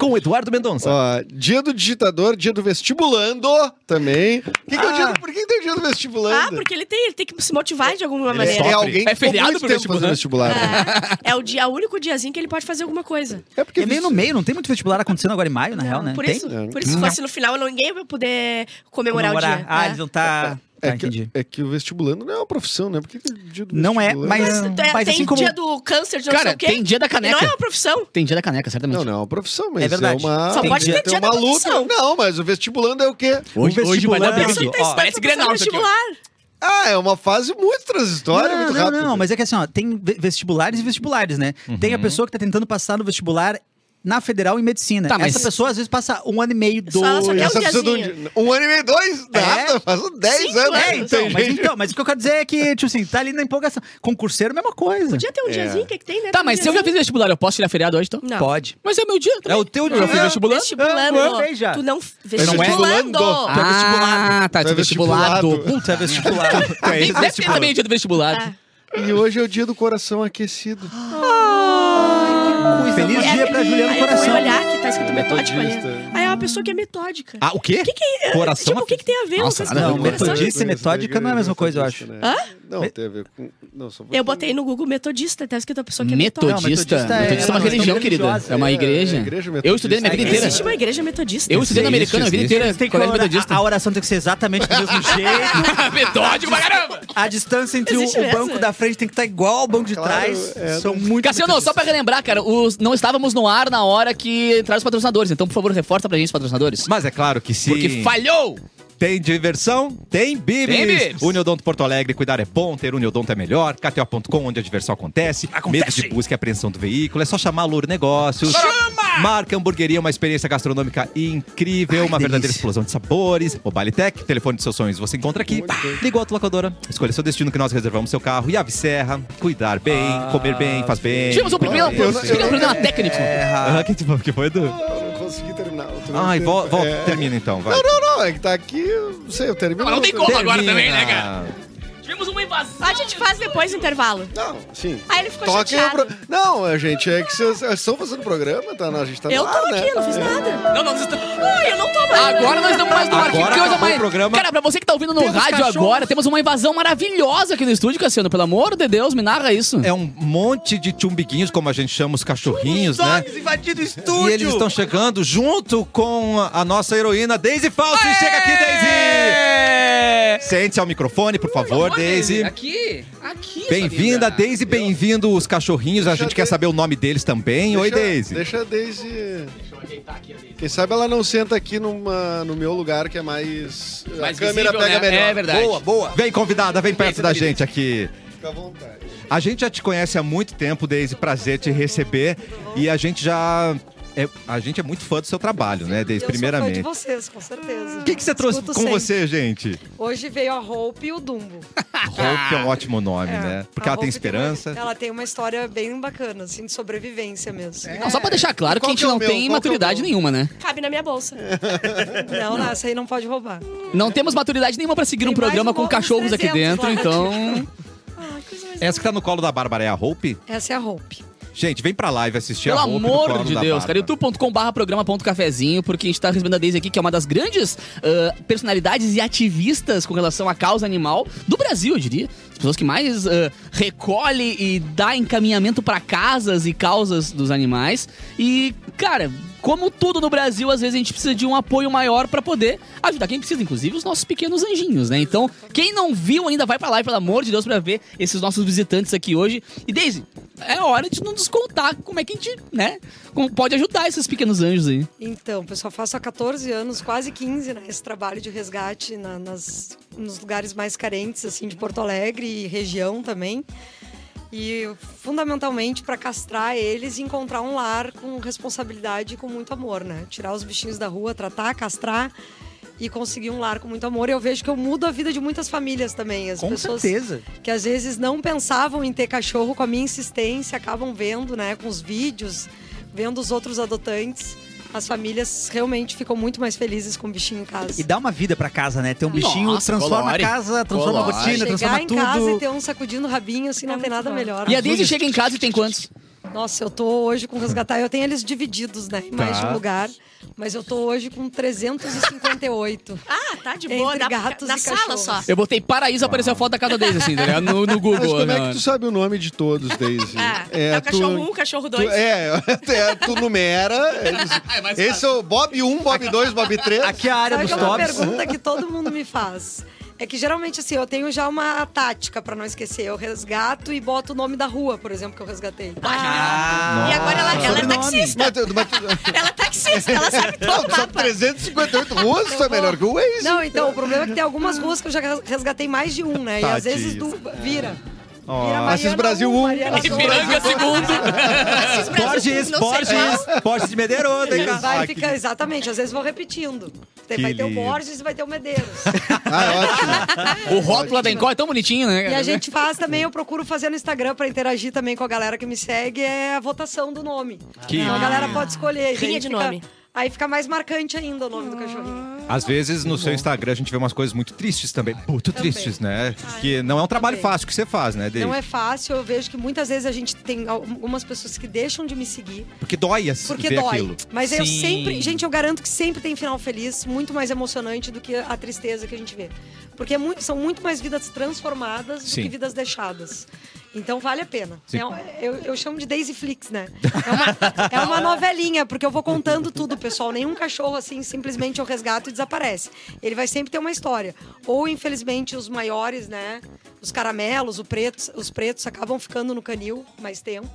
Speaker 1: Com o Eduardo Mendonça.
Speaker 4: Ó, dia do digitador, dia do vestibulando também. Que que é o dia do-
Speaker 5: Ah.
Speaker 4: por que tem o dia do vestibulando?
Speaker 3: Ah, porque ele tem, ele tem que se motivar de alguma
Speaker 4: é,
Speaker 3: maneira.
Speaker 1: sofre.
Speaker 4: alguém que
Speaker 2: É
Speaker 4: ficou
Speaker 2: feriado
Speaker 4: muito
Speaker 2: pro
Speaker 4: tempo fazendo vestibular. né?
Speaker 3: É, é o dia, o único diazinho que ele pode fazer alguma coisa.
Speaker 4: É porque
Speaker 5: É meio
Speaker 4: visto-
Speaker 5: no meio, não tem muito vestibular acontecendo agora em maio, na real, né?
Speaker 3: Por
Speaker 5: tem?
Speaker 3: isso, por
Speaker 2: Hum.
Speaker 3: isso se fosse no final, ninguém vai poder comemorar, o dia.
Speaker 5: Ah,
Speaker 3: né?
Speaker 5: eles não tá.
Speaker 4: É,
Speaker 5: Tá, entendi.
Speaker 4: que, é que o vestibulando não é uma profissão, né? Por que que é o dia do
Speaker 5: Não é,
Speaker 4: vestibulando?
Speaker 5: mas-
Speaker 3: Mas, tu é-
Speaker 5: Mas
Speaker 3: tem
Speaker 5: assim como-
Speaker 3: dia do câncer, de não
Speaker 2: Cara,
Speaker 3: sei o quê.
Speaker 2: tem dia da caneca.
Speaker 3: Não é uma profissão.
Speaker 2: Tem dia da caneca, certamente.
Speaker 4: Não, não é uma profissão, mas
Speaker 5: É verdade.
Speaker 4: é uma...
Speaker 5: Só
Speaker 4: tem
Speaker 5: pode
Speaker 4: que
Speaker 3: ter dia
Speaker 4: uma
Speaker 3: da
Speaker 4: luta.
Speaker 3: profissão.
Speaker 4: Não, mas o vestibulando é o quê?
Speaker 2: Hoje,
Speaker 5: O
Speaker 2: hoje vai dar
Speaker 5: vestibular-
Speaker 2: briga
Speaker 5: Pessoa
Speaker 2: aqui.
Speaker 5: tá
Speaker 2: Ó, parece
Speaker 3: Tá fazendo
Speaker 2: Grenal isso aqui. ó.
Speaker 3: vestibular.
Speaker 4: Ah, é uma fase muito transitória,
Speaker 5: não,
Speaker 4: muito
Speaker 5: não,
Speaker 4: rápida.
Speaker 5: não, mas é que assim, ó, tem ve- vestibulares e vestibulares, né? Tem a pessoa que tá tentando passar no vestibular na federal em medicina.
Speaker 2: Tá, mas-
Speaker 5: Essa pessoa às vezes passa um ano e meio, dois.
Speaker 3: Só ela só quer
Speaker 4: Essa
Speaker 3: um
Speaker 4: precisa de
Speaker 3: diazinho.
Speaker 4: um, um ano e meio, dois, nada, faz uns 10
Speaker 3: Cinco
Speaker 4: anos.
Speaker 3: anos.
Speaker 5: É, então, mas
Speaker 4: gente-
Speaker 5: então, mas o que eu quero dizer é que, tipo assim, tá ali na empolgação. Concurseiro, mesma coisa.
Speaker 3: Podia
Speaker 4: É.
Speaker 3: ter um diazinho, o que, que tem, né?
Speaker 2: Tá,
Speaker 3: Tem
Speaker 2: mas
Speaker 3: um
Speaker 2: se eu já fiz
Speaker 3: diazinho.
Speaker 2: vestibular, eu posso tirar feriado hoje, então?
Speaker 3: Não.
Speaker 5: Pode.
Speaker 2: Mas é meu dia. também.
Speaker 1: É o teu
Speaker 2: Eu já
Speaker 1: dia.
Speaker 2: fiz vestibular?
Speaker 3: Vestibulando.
Speaker 5: Ah, eu fiz já.
Speaker 3: Tu não
Speaker 4: Não é?
Speaker 3: vestibulando.
Speaker 4: Vestibulando.
Speaker 2: Ah, tá,
Speaker 4: Tu
Speaker 2: tu
Speaker 4: é
Speaker 2: é
Speaker 4: vestibulado.
Speaker 2: vestibulado. Puta,
Speaker 5: Puta, é vestibular.
Speaker 1: Tu é
Speaker 2: Deve ter
Speaker 1: vestibulado.
Speaker 2: também o dia do vestibulado.
Speaker 4: E hoje é o dia do coração aquecido.
Speaker 5: Feliz dia pra Juliano
Speaker 3: Aí eu fui
Speaker 5: Coração.
Speaker 3: é olhar que tá escrito metódico ali.
Speaker 4: Metodista.
Speaker 3: Aí, uma pessoa que é metódica.
Speaker 1: Ah, o quê?
Speaker 3: Que que é-
Speaker 1: Coração.
Speaker 3: tipo, o que, que tem a ver uma
Speaker 1: Nossa,
Speaker 3: coisa
Speaker 5: não,
Speaker 3: com outra,
Speaker 5: metodista-
Speaker 3: sabe?
Speaker 2: né?
Speaker 5: metodice e metódica não é a mesma coisa, eu acho.
Speaker 4: Hã? Não, tem a ver com. Não, só vou-
Speaker 3: Eu botei no Google metodista, tá escrito a pessoa que é
Speaker 2: Metodista.
Speaker 3: metódica.
Speaker 2: Metodista,
Speaker 5: metodista é-
Speaker 2: é uma
Speaker 5: é uma
Speaker 2: religião,
Speaker 5: questão
Speaker 2: querida.
Speaker 5: religiosa.
Speaker 2: É uma
Speaker 4: É,
Speaker 2: igreja.
Speaker 4: é igreja
Speaker 2: Eu estudei minha vida
Speaker 5: metodista.
Speaker 2: inteira.
Speaker 3: Existe uma igreja metodista.
Speaker 2: Eu estudei na
Speaker 1: Existe,
Speaker 2: americana a vida
Speaker 1: existe.
Speaker 2: inteira,
Speaker 5: Tem que
Speaker 2: colégio
Speaker 5: colocar-
Speaker 2: metodista.
Speaker 5: a, a oração tem que ser exatamente do mesmo jeito.
Speaker 2: Metódico pra caramba!
Speaker 5: A distância entre o,
Speaker 3: Existe
Speaker 5: o
Speaker 3: essa?
Speaker 5: banco da frente tem que estar igual ao banco de
Speaker 4: Claro,
Speaker 5: trás.
Speaker 4: é,
Speaker 5: São muito.
Speaker 2: Cassiano, só pra relembrar, cara, os, não estávamos no ar na hora que entraram os patrocinadores. Então, por favor, reforça pra gente os patrocinadores.
Speaker 1: Mas é claro que sim.
Speaker 2: Porque falhou!
Speaker 1: Tem diversão? Tem bibis.
Speaker 2: Tem bibis.
Speaker 1: Uniodonto Porto Alegre, cuidar é bom, ter Uniodonto é melhor. KTO.com, onde a diversão acontece. Medo
Speaker 6: Acontece.
Speaker 1: de busca e apreensão do veículo. É só chamar a Louro Negócios.
Speaker 6: Chama!
Speaker 1: Marca Hamburgueria, uma experiência gastronômica incrível. uma verdadeira
Speaker 5: delícia.
Speaker 1: explosão de sabores. Mobile Tech, telefone dos seus sonhos você encontra aqui. Liga a locadora. Escolha seu destino que nós reservamos seu carro. E a Serra, cuidar bem, comer bem, faz bem.
Speaker 2: Tivemos um problema,
Speaker 4: eu não-
Speaker 2: tivemos um
Speaker 4: eu-
Speaker 2: problema técnico.
Speaker 1: Ah, que, tipo, que foi, Edu?
Speaker 4: Eu não consegui terminar. eu tô
Speaker 1: Ai,
Speaker 4: muito
Speaker 1: vol-
Speaker 4: tempo.
Speaker 1: volta,
Speaker 4: É.
Speaker 1: termina então, vai.
Speaker 4: Não, não, não. É que tá aqui, eu não sei, eu termino.
Speaker 2: Mas não tem
Speaker 4: eu-
Speaker 2: como. agora também, né,
Speaker 1: Termina.
Speaker 2: cara? Tivemos uma invasão.
Speaker 3: A gente faz depois do intervalo.
Speaker 4: Não, sim.
Speaker 2: Ah,
Speaker 3: Aí ele ficou
Speaker 4: Toquem o
Speaker 3: chateado.
Speaker 4: pro- Não, a gente, é que vocês vocês estão fazendo programa, tá? A gente tá no
Speaker 3: Eu
Speaker 4: ar,
Speaker 3: tava
Speaker 4: né?
Speaker 3: aqui, eu não fiz
Speaker 4: É.
Speaker 3: nada.
Speaker 2: Não, não, vocês estão-
Speaker 3: Ai, eu não tô mais.
Speaker 2: Agora nós estamos mais no ar.
Speaker 1: Agora
Speaker 2: que coisa
Speaker 1: acabou
Speaker 2: mais.
Speaker 1: o programa.
Speaker 2: Cara, pra você que tá ouvindo no rádio agora, temos uma invasão maravilhosa aqui no estúdio, Cassiano. Pelo amor de Deus, me narra isso.
Speaker 1: É um monte de chumbiguinhos, como a gente chama os cachorrinhos, né?
Speaker 5: invadindo o
Speaker 1: E eles estão chegando junto com a a nossa heroína Daisy Falso. Chega aqui, Daisy! Sente-se ao microfone, por favor, Daisy.
Speaker 2: Aqui, aqui.
Speaker 1: Bem-vinda, Daisy. Bem-vindo os cachorrinhos. A
Speaker 4: Deixa
Speaker 1: gente
Speaker 4: a
Speaker 1: quer
Speaker 4: Daisy-
Speaker 1: saber o nome deles também. Oi,
Speaker 4: Deixa-
Speaker 1: Daisy.
Speaker 4: Deixa a Daisy. Quem sabe ela não senta aqui numa, no meu lugar que é mais.
Speaker 2: Mais
Speaker 4: a câmera
Speaker 2: visível,
Speaker 4: pega
Speaker 2: né?
Speaker 4: melhor.
Speaker 2: É verdade.
Speaker 4: Boa, boa.
Speaker 1: Vem, convidada, vem perto da gente aqui.
Speaker 4: Fica à vontade.
Speaker 1: A gente já te conhece há muito tempo, Daisy. Prazer te receber. E a gente já. é- a gente é muito fã do seu trabalho, né, Daisy?
Speaker 7: Eu
Speaker 1: Primeiramente.
Speaker 7: sou fã de vocês, com certeza.
Speaker 1: O que, que você trouxe
Speaker 7: Escuto
Speaker 1: com
Speaker 7: sempre.
Speaker 1: você, gente?
Speaker 7: Hoje veio a Hope e o Dumbo.
Speaker 1: Hope é um ótimo nome,
Speaker 7: É,
Speaker 1: né? Porque
Speaker 7: a
Speaker 1: ela tem
Speaker 7: Hope
Speaker 1: esperança.
Speaker 7: uma- ela tem uma história bem bacana, assim, de sobrevivência mesmo.
Speaker 2: Não, só pra deixar claro que a
Speaker 4: Qual
Speaker 2: gente
Speaker 4: que é o
Speaker 2: não
Speaker 4: meu?
Speaker 2: tem
Speaker 4: Qual que é o
Speaker 2: maturidade
Speaker 4: meu?
Speaker 2: nenhuma, né?
Speaker 3: Cabe na minha bolsa.
Speaker 7: Não, não, essa aí não pode roubar.
Speaker 2: Não temos maturidade nenhuma pra seguir um
Speaker 7: Tem mais
Speaker 2: programa
Speaker 7: um
Speaker 2: com
Speaker 7: bônus
Speaker 2: cachorros aqui
Speaker 7: 300
Speaker 2: dentro,
Speaker 7: lá.
Speaker 2: então.
Speaker 1: Essa que tá no colo da Bárbara é a Hope?
Speaker 7: Essa é a Hope.
Speaker 1: Gente, vem pra live assistir
Speaker 2: Pelo
Speaker 1: a Hope no
Speaker 2: amor
Speaker 1: colo
Speaker 2: de
Speaker 1: da
Speaker 2: Deus, cara.
Speaker 1: Bárbara.
Speaker 2: youtube.com/barra programa.cafezinho, porque a gente tá recebendo a Daisy aqui, que é uma das grandes ah, personalidades e ativistas com relação à causa animal do Brasil, eu diria. As pessoas que mais ah, recolhe e dá encaminhamento pra casas e causas dos animais. E, cara. Como tudo no Brasil, às vezes a gente precisa de um apoio maior pra poder ajudar quem precisa, inclusive os nossos pequenos anjinhos, né? Então, quem não viu ainda, vai pra lá, pelo amor de Deus, pra ver esses nossos visitantes aqui hoje. E Daisy, é hora de nos contar como é que a gente, né, como pode ajudar esses pequenos anjos aí.
Speaker 7: Então, pessoal, faço há 14 anos, quase 15, né, esse trabalho de resgate na- nas, nos lugares mais carentes, assim, de Porto Alegre e região também. E fundamentalmente para castrar eles e encontrar um lar com responsabilidade e com muito amor, né? Tirar os bichinhos da rua, tratar, castrar e conseguir um lar com muito amor. E eu vejo que eu mudo a vida de muitas famílias também. As
Speaker 5: Com
Speaker 7: pessoas
Speaker 5: certeza.
Speaker 7: que às vezes não pensavam em ter cachorro com a minha insistência, acabam vendo, né, com os vídeos, vendo os outros adotantes. As famílias realmente ficam muito mais felizes com o bichinho em casa.
Speaker 5: E dá uma vida pra casa, né? Tem um bichinho,
Speaker 2: Nossa,
Speaker 5: transforma
Speaker 2: colore.
Speaker 5: a casa, transforma
Speaker 2: Colore.
Speaker 5: a rotina,
Speaker 7: Chegar
Speaker 5: né, transforma
Speaker 7: em casa e
Speaker 5: tudo.
Speaker 7: ter um sacudindo o rabinho, assim, não
Speaker 3: É
Speaker 7: tem
Speaker 3: muito
Speaker 7: nada
Speaker 3: bom.
Speaker 7: melhor.
Speaker 2: E a Daisy chega em casa e tem quantos?
Speaker 7: Nossa, eu tô hoje com resgatar. Eu tenho eles divididos, né? Em mais de
Speaker 1: Tá.
Speaker 7: um lugar. Mas eu tô hoje com 358.
Speaker 3: Ah, tá de boa.
Speaker 7: Entre
Speaker 3: dá pra-
Speaker 7: gatos
Speaker 3: na
Speaker 7: e
Speaker 3: sala
Speaker 7: cachorros.
Speaker 3: só.
Speaker 2: Eu botei paraíso, apareceu a foto da casa da Daisy, assim, tá ligado? No, no Google.
Speaker 4: Mas como é
Speaker 2: né?
Speaker 4: que tu sabe o nome de todos, Daisy?
Speaker 3: Ah, é, o cachorro 1, um, o cachorro
Speaker 4: tu-
Speaker 3: 2.
Speaker 4: é, é, tu numera. eles- esse é o Bob 1, Bob 2, Bob 3.
Speaker 5: Aqui é a área
Speaker 7: Sabe
Speaker 5: dos
Speaker 7: que é uma
Speaker 5: tops.
Speaker 7: pergunta que todo mundo me faz? É que geralmente, assim, eu tenho já uma tática pra não esquecer. Eu resgato e boto o nome da rua, por exemplo, que eu resgatei.
Speaker 5: Ah,
Speaker 3: e agora ela, ela é
Speaker 5: sobrenome.
Speaker 3: taxista.
Speaker 4: Mas, tu- mas, tu-
Speaker 3: Ela é taxista, ela sabe todo o
Speaker 4: são
Speaker 3: mapa.
Speaker 4: 358 ruas, isso é melhor que o Waze.
Speaker 7: Não, então, o problema é que tem algumas ruas que eu já resgatei mais de um, né? E às vezes
Speaker 4: Tadinho.
Speaker 7: du... vira.
Speaker 1: Ó,
Speaker 7: Mariana
Speaker 4: Assis Brasil
Speaker 7: um,
Speaker 4: um,
Speaker 7: Mariana
Speaker 4: Assis
Speaker 7: dois.
Speaker 2: Ipiranga segundo.
Speaker 3: Esses Brasil,
Speaker 5: Borges,
Speaker 3: não sei qual.
Speaker 5: Borges, Borges de Medeiros, hein, cara?
Speaker 7: Vai
Speaker 4: Ah, que-
Speaker 7: ficar, exatamente, às vezes vou repetindo. Tem-
Speaker 1: Que
Speaker 7: vai ter o
Speaker 1: lindo.
Speaker 7: Borges e vai ter o Medeiros.
Speaker 4: Ah,
Speaker 3: É
Speaker 4: ótimo.
Speaker 2: O rótulo da Encol é tão bonitinho, né?
Speaker 7: E a gente faz também, eu procuro fazer no Instagram pra interagir também com a galera que me segue, é a votação do nome.
Speaker 1: Que
Speaker 7: então a
Speaker 1: lindo.
Speaker 7: galera pode escolher. e daí
Speaker 3: Ah, Rinha de
Speaker 7: fica
Speaker 3: nome.
Speaker 7: Aí fica mais marcante ainda o nome do cachorrinho.
Speaker 1: Às vezes
Speaker 2: Tá
Speaker 1: no seu Instagram a gente vê umas coisas muito tristes também. Muito tristes, né? Que não é um trabalho
Speaker 7: Também.
Speaker 1: fácil que você faz, né, Dave?
Speaker 7: Não é fácil, eu vejo que muitas vezes a gente tem algumas pessoas que deixam de me seguir
Speaker 1: Porque dói assim,
Speaker 7: porque
Speaker 1: ver
Speaker 7: dói.
Speaker 1: aquilo.
Speaker 7: Mas eu
Speaker 5: Sim.
Speaker 7: sempre, gente, eu garanto que sempre tem final feliz, muito mais emocionante do que a tristeza que a gente vê. Porque é muito- são muito mais vidas transformadas
Speaker 1: Sim.
Speaker 7: do que vidas deixadas. Então vale a pena.
Speaker 1: Sim.
Speaker 7: É um- eu, eu chamo de Daisy Flix, né? É uma, é uma novelinha, porque eu vou contando tudo, pessoal. Nenhum cachorro assim simplesmente eu resgato e desaparece. Ele vai sempre ter uma história. Ou, infelizmente, os maiores, né? Os caramelos, o pretos, os pretos acabam ficando no canil mais tempo.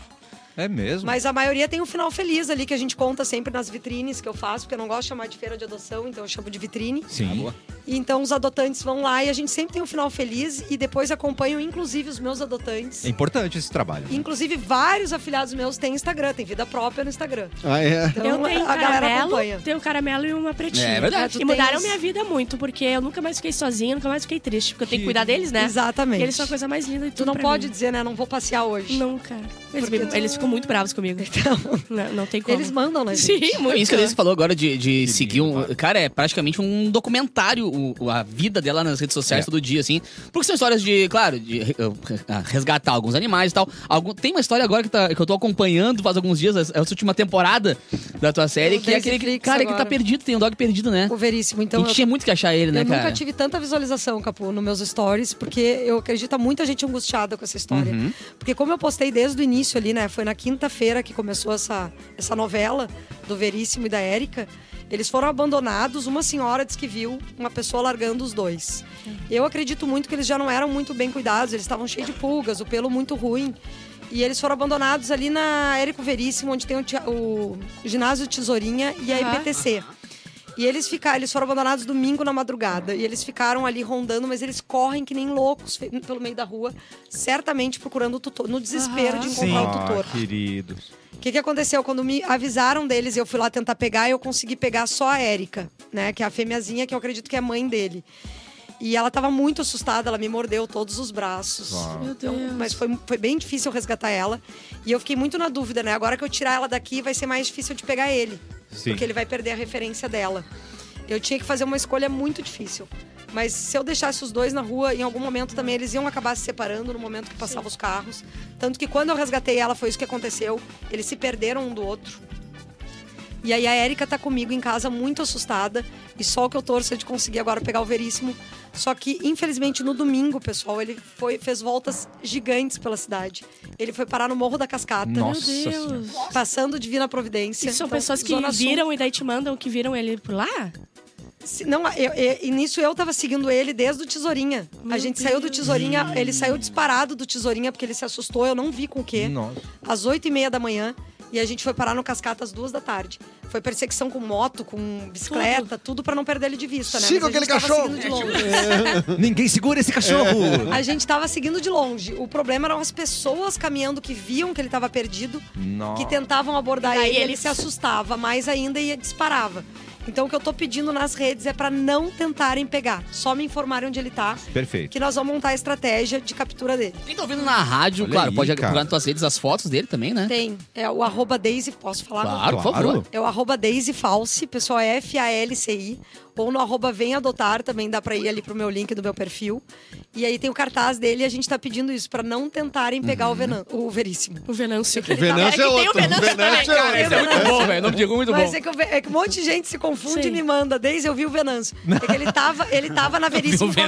Speaker 1: É mesmo.
Speaker 7: Mas a maioria tem um final feliz ali que a gente conta sempre nas vitrines que eu faço, porque eu não gosto de chamar de feira de adoção, então eu chamo de vitrine.
Speaker 1: Sim.
Speaker 7: E então os adotantes vão lá e a gente sempre tem um final feliz e depois acompanham inclusive os meus adotantes.
Speaker 1: É importante esse trabalho.
Speaker 7: Inclusive vários afiliados meus têm Instagram, têm vida própria no Instagram.
Speaker 4: Ah, é.
Speaker 7: Então
Speaker 3: Eu tenho
Speaker 7: a galera
Speaker 3: caramelo,
Speaker 7: acompanha.
Speaker 3: tenho caramelo e uma pretinha.
Speaker 2: É verdade.
Speaker 7: Tu
Speaker 3: E mudaram
Speaker 7: tens-
Speaker 3: minha vida muito, porque eu nunca mais fiquei sozinha, nunca mais fiquei triste, porque eu tenho que cuidar deles, né? E
Speaker 7: Exatamente.
Speaker 3: eles são a coisa mais linda de tudo
Speaker 7: Tu não
Speaker 3: pra
Speaker 7: pode
Speaker 3: mim.
Speaker 7: dizer, né? Não vou passear hoje.
Speaker 3: Não, cara. Eles,
Speaker 7: Porque
Speaker 3: me-
Speaker 7: tu- Então,
Speaker 3: eles ficam muito bravos comigo. não, não tem como.
Speaker 7: Eles mandam, né? gente?
Speaker 3: Sim, muito.
Speaker 2: Então, Isso que a Denise falou agora de, de
Speaker 1: lindo,
Speaker 2: seguir um.
Speaker 1: cara.
Speaker 2: Cara, é praticamente um documentário o- o- a vida dela nas redes sociais
Speaker 1: É.
Speaker 2: todo dia, assim. Porque são histórias de, claro, de eh, eh, resgatar alguns animais e tal. Algum, tem uma história agora que, tá- que eu tô acompanhando faz alguns dias, essa essa última temporada da tua série,
Speaker 7: O
Speaker 2: que é aquele que,
Speaker 7: Netflix
Speaker 2: cara que tá
Speaker 7: agora.
Speaker 2: perdido, tem um dog perdido, né?
Speaker 7: O veríssimo.
Speaker 2: a
Speaker 7: Então
Speaker 2: gente
Speaker 7: eu
Speaker 2: tinha muito que achar ele, né,
Speaker 7: eu
Speaker 2: cara?
Speaker 7: nunca tive tanta visualização, Capu, nos meus stories, porque eu acredito há muita gente angustiada com essa história.
Speaker 2: Uhum.
Speaker 7: Porque como eu postei desde o início ali, né? Foi na quinta-feira que começou essa, essa novela do Veríssimo e da Érica. Eles foram abandonados, uma senhora disse que viu uma pessoa largando os dois. Eu acredito muito que eles já não eram muito bem cuidados, eles estavam cheios de pulgas, o pelo muito ruim. E eles foram abandonados ali na Érico Veríssimo, onde tem o, tia- o ginásio Tesourinha e a
Speaker 3: Aham.
Speaker 7: IPTC. E eles ficaram, eles foram abandonados domingo na madrugada. E eles ficaram ali rondando, mas eles correm que nem loucos fe- pelo meio da rua, certamente procurando o tutor, no desespero
Speaker 3: Aham.
Speaker 7: de
Speaker 5: Sim.
Speaker 7: encontrar o tutor.
Speaker 1: Ah, queridos.
Speaker 7: O que, que aconteceu? Quando me avisaram deles, eu fui lá tentar pegar e eu consegui pegar só a Érica, né? Que é a fêmeazinha, que eu acredito que é mãe dele. E ela tava muito assustada, ela me mordeu todos os braços.
Speaker 1: Uau.
Speaker 3: Meu
Speaker 7: Então,
Speaker 3: Deus.
Speaker 7: mas foi, foi bem difícil eu resgatar ela. E eu fiquei muito na dúvida, né? Agora que eu tirar ela daqui, vai ser mais difícil de pegar ele.
Speaker 1: Sim.
Speaker 7: Porque ele vai perder a referência dela. Eu tinha que fazer uma escolha muito difícil. Mas se eu deixasse os dois na rua, em algum momento também eles iam acabar se separando no momento que passavam os carros. Tanto que quando eu resgatei ela, foi isso que aconteceu. Eles se perderam um do outro. E aí a Érica tá comigo em casa muito assustada. E só o que eu torço é de conseguir agora pegar o Veríssimo. Só que, infelizmente, no domingo, pessoal, ele foi, fez voltas gigantes pela cidade. Ele foi parar no Morro da Cascata,
Speaker 1: Nossa
Speaker 3: Meu
Speaker 1: Senhora.
Speaker 3: Deus.
Speaker 7: passando Divina Providência.
Speaker 3: E são
Speaker 7: Então,
Speaker 3: pessoas que
Speaker 7: Zona Sul.
Speaker 3: viram e daí te mandam que viram ele por lá?
Speaker 7: Se- Não, eu, eu- e nisso eu tava seguindo ele desde o Tesourinha. a
Speaker 3: Meu
Speaker 7: gente saiu do Tesourinha, ele saiu disparado do Tesourinha porque ele se assustou, eu não vi com o quê.
Speaker 1: Nossa.
Speaker 7: Às oito e meia da manhã e a gente foi parar no Cascata às duas da tarde. Foi perseguição com moto, com bicicleta, tudo, pra não perder ele de vista, né?
Speaker 4: Siga
Speaker 7: Mas a gente
Speaker 4: aquele
Speaker 7: tava
Speaker 4: cachorro!
Speaker 7: seguindo de longe.
Speaker 1: Ninguém segura esse cachorro!
Speaker 7: A gente tava seguindo de longe. O problema eram as pessoas caminhando que viam que ele tava perdido,
Speaker 1: Nossa.
Speaker 7: que tentavam abordar
Speaker 3: E daí
Speaker 7: ele, ele,
Speaker 3: ele-
Speaker 7: se assustava mais ainda e disparava. Então o que eu tô pedindo nas redes é pra não tentarem pegar, só me informarem onde ele tá,
Speaker 1: Perfeito.
Speaker 7: que nós vamos montar a estratégia de captura dele.
Speaker 2: Quem tá ouvindo na rádio,
Speaker 1: Olha
Speaker 2: claro,
Speaker 1: aí,
Speaker 2: pode
Speaker 1: cara.
Speaker 2: procurar nas tuas redes as fotos dele também, né?
Speaker 7: Tem, é o arroba Daisy, posso falar?
Speaker 2: Claro, por
Speaker 1: Claro.
Speaker 2: favor.
Speaker 7: É o arroba Daisy Falsi, pessoal, é F-A-L-C-I. Ou no arroba Vem Adotar, também dá pra ir ali pro meu link do meu perfil. E aí tem o cartaz dele e a gente tá pedindo isso, pra não tentarem pegar o, venan- o Veríssimo.
Speaker 3: O Venâncio.
Speaker 4: O Venâncio é
Speaker 3: que Tem o
Speaker 4: outro.
Speaker 3: Venâncio também,
Speaker 4: Venâncio é
Speaker 3: cara.
Speaker 4: outro.
Speaker 2: Esse é muito bom, velho. Nome de jogo é muito
Speaker 7: Mas
Speaker 2: bom.
Speaker 7: é que, eu ve- é que um monte de gente se confunde
Speaker 3: Sim.
Speaker 7: e me manda. Desde eu vi o Venâncio. É que ele tava, ele tava na Veríssimo com a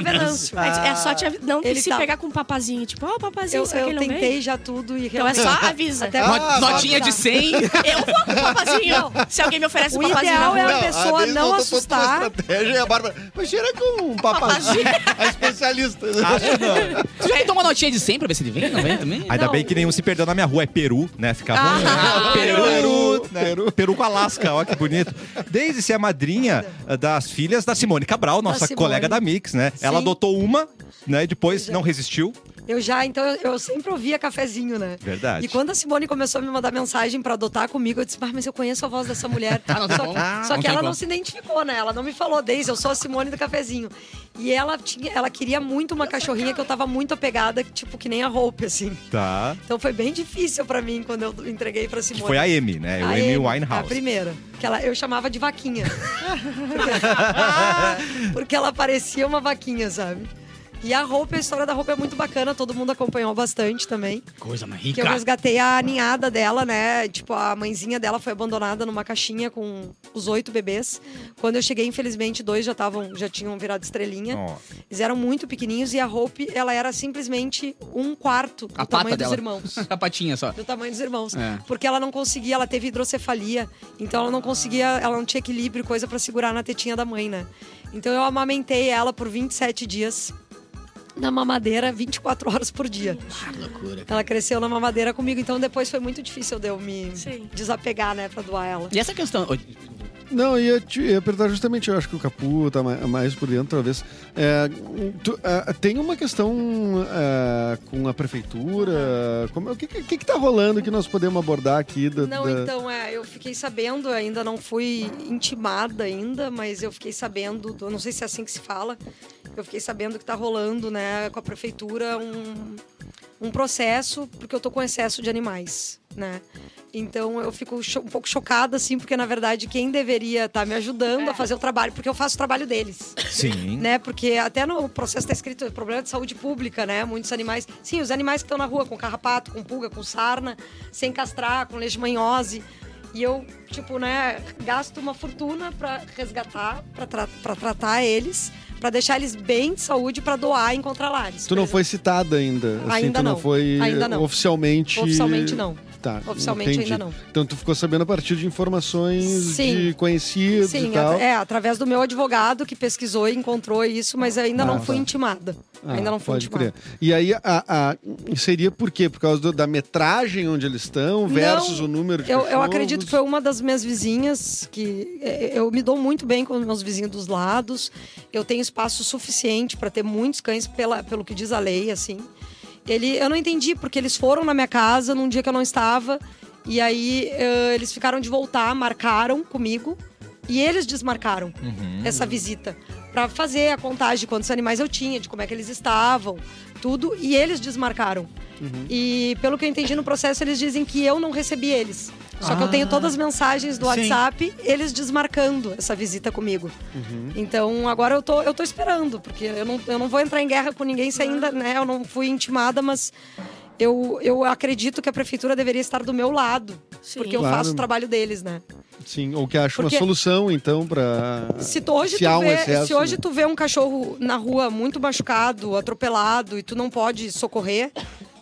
Speaker 7: Venâncio.
Speaker 3: É é só te avi- não
Speaker 7: Ele
Speaker 3: se
Speaker 7: tá-
Speaker 3: pegar com um papazinho, tipo, ó, o papazinho,
Speaker 7: Eu,
Speaker 3: será que
Speaker 7: eu
Speaker 3: ele não
Speaker 7: tentei
Speaker 3: veio?
Speaker 7: já tudo e
Speaker 3: Então é
Speaker 7: realmente...
Speaker 3: só avisa.
Speaker 7: Até
Speaker 4: Ah,
Speaker 7: agora-
Speaker 2: Notinha de 100.
Speaker 3: Eu vou com o papazinho. Se alguém me oferece um
Speaker 7: O
Speaker 3: papazinho
Speaker 7: ideal
Speaker 3: na
Speaker 7: é
Speaker 3: rua.
Speaker 7: a pessoa
Speaker 4: Denise montou
Speaker 7: não
Speaker 4: toda uma
Speaker 7: assustar.
Speaker 4: estratégia e a Bárbara. Mas será que um papazinho? a especialista.
Speaker 2: Tu já tentou uma notinha de 100 pra ver se ele vem? Não vem também?
Speaker 1: Ainda
Speaker 7: Não.
Speaker 1: bem que nenhum se perdeu na minha rua. É Peru, né? Ficava.
Speaker 2: Ah,
Speaker 1: Peru! Peru. Peru com Alasca, olha que bonito. Daisy se é a madrinha eh, das filhas da Simone Cabral, nossa
Speaker 7: Simone.
Speaker 1: colega da Mix, né? Ela
Speaker 7: Sim.
Speaker 1: adotou uma, né? E depois não resistiu.
Speaker 7: Eu já, então, eu, eu sempre ouvia cafezinho, né?
Speaker 1: Verdade.
Speaker 7: E quando a Simone começou a me mandar mensagem pra adotar comigo, eu disse, "Ah, mas eu conheço a voz dessa mulher.
Speaker 2: Ah, não tem
Speaker 7: só
Speaker 2: como.
Speaker 7: só
Speaker 2: Não
Speaker 7: que
Speaker 2: tem
Speaker 7: ela
Speaker 2: como.
Speaker 7: não se identificou, né? Ela não me falou, Deise, eu sou a Simone do cafezinho. E ela, tinha, ela queria muito uma cachorrinha que eu tava muito apegada, tipo, que nem a roupa, assim.
Speaker 1: Tá.
Speaker 7: Então foi bem difícil pra mim quando eu entreguei pra
Speaker 1: Que
Speaker 7: Simone.
Speaker 1: foi a Amy, né? O
Speaker 7: A
Speaker 1: Amy
Speaker 7: Amy, A
Speaker 1: Winehouse.
Speaker 7: primeira. Que ela, eu chamava de vaquinha. porque, porque ela parecia uma vaquinha, sabe? E a roupa, a história da roupa é muito bacana, todo mundo acompanhou bastante também.
Speaker 2: Coisa mais
Speaker 7: Que eu
Speaker 2: rica.
Speaker 7: resgatei a ninhada dela, né? Tipo, a mãezinha dela foi abandonada numa caixinha com os oito bebês. Quando eu cheguei, infelizmente, dois já estavam, já tinham virado estrelinha.
Speaker 1: Ó,
Speaker 7: Eles eram muito pequenininhos e a Hope, ela era simplesmente um quarto do
Speaker 2: A pata
Speaker 7: tamanho
Speaker 2: dela.
Speaker 7: dos irmãos.
Speaker 2: A patinha só.
Speaker 7: Do tamanho dos irmãos.
Speaker 2: É.
Speaker 7: Porque ela não conseguia, ela teve hidrocefalia. Então ela não conseguia, ela não tinha equilíbrio, coisa pra segurar na tetinha da mãe, né? Então eu amamentei ela por 27 dias na mamadeira, 24 horas por dia.
Speaker 2: Ah, loucura.
Speaker 7: Ela cresceu na mamadeira comigo, então depois foi muito difícil de eu me
Speaker 3: Sim.
Speaker 7: desapegar, né, pra doar ela.
Speaker 2: E essa questão. ô,
Speaker 4: Não, eu ia, te, eu ia perguntar justamente, eu acho que o Capu tá ma- mais por dentro, talvez. É, tu- ah, tem uma questão ah, com a prefeitura? como é- o que, que, que tá rolando que nós podemos abordar aqui? Da,
Speaker 7: Não,
Speaker 4: da-
Speaker 7: então, é, eu fiquei sabendo, ainda não fui intimada ainda, mas eu fiquei sabendo, do- eu não sei se é assim que se fala, eu fiquei sabendo que tá rolando, né, com a prefeitura um, um processo, porque eu tô com excesso de animais, né? Então eu fico cho- um pouco chocada, assim, porque na verdade quem deveria estar me ajudando a fazer o trabalho, porque eu faço o trabalho deles
Speaker 1: Sim.
Speaker 7: né? Porque até no processo está escrito problema de saúde pública, né? Muitos animais. Sim, os animais que estão na rua com carrapato, com pulga, com sarna, sem castrar, com leishmaniose. E eu, tipo, né, gasto uma fortuna para resgatar, para tratar eles, para deixar eles bem de saúde, para doar em contralares.
Speaker 4: Tu não foi citada ainda? assim,
Speaker 7: Ainda
Speaker 4: tu não.
Speaker 7: não,
Speaker 4: foi
Speaker 7: ainda não.
Speaker 4: oficialmente...
Speaker 7: Oficialmente não.
Speaker 4: Tá,
Speaker 7: Oficialmente
Speaker 4: entendi.
Speaker 7: ainda não.
Speaker 4: Então tu ficou sabendo a partir de informações
Speaker 7: Sim.
Speaker 4: de conhecidos
Speaker 7: Sim,
Speaker 4: e tal?
Speaker 7: atra- é, através do meu advogado que pesquisou e encontrou isso, mas ainda
Speaker 4: Ah,
Speaker 7: não fui
Speaker 4: tá.
Speaker 7: intimada.
Speaker 4: Ah,
Speaker 7: ainda não fui
Speaker 4: pode
Speaker 7: intimada.
Speaker 4: crer. E aí, a, a- seria por quê? Por causa do- da metragem onde eles estão versus
Speaker 7: Não,
Speaker 4: o número de
Speaker 7: Eu, eu
Speaker 4: cachorros?
Speaker 7: acredito que foi uma das minhas vizinhas que eh, eu me dou muito bem com os meus vizinhos dos lados. Eu tenho espaço suficiente para ter muitos cães pela, pelo que diz a lei, assim. Ele, eu não entendi porque eles foram na minha casa num dia que eu não estava e aí eh, eles ficaram de voltar, marcaram comigo e eles desmarcaram essa visita para fazer a contagem de quantos animais eu tinha, de como é que eles estavam, tudo e eles desmarcaram. E pelo que eu entendi no processo, eles dizem que eu não recebi eles. Só que eu tenho todas as mensagens do WhatsApp, eles desmarcando essa visita comigo. Então agora eu tô, eu tô esperando, porque eu não, eu não vou entrar em guerra com ninguém se ainda, né? Eu não fui intimada, mas eu, eu acredito que a prefeitura deveria estar do meu lado.
Speaker 3: Sim.
Speaker 7: Porque eu
Speaker 4: Claro.
Speaker 7: faço o trabalho deles, né?
Speaker 4: Sim, ou que acha uma
Speaker 7: Porque-
Speaker 4: solução, então, para...
Speaker 7: Se tu- hoje,
Speaker 4: Se há
Speaker 7: tu
Speaker 4: um
Speaker 7: vê,
Speaker 4: excesso,
Speaker 7: se hoje
Speaker 4: né?
Speaker 7: tu vê um cachorro na rua muito machucado, atropelado e tu não pode socorrer,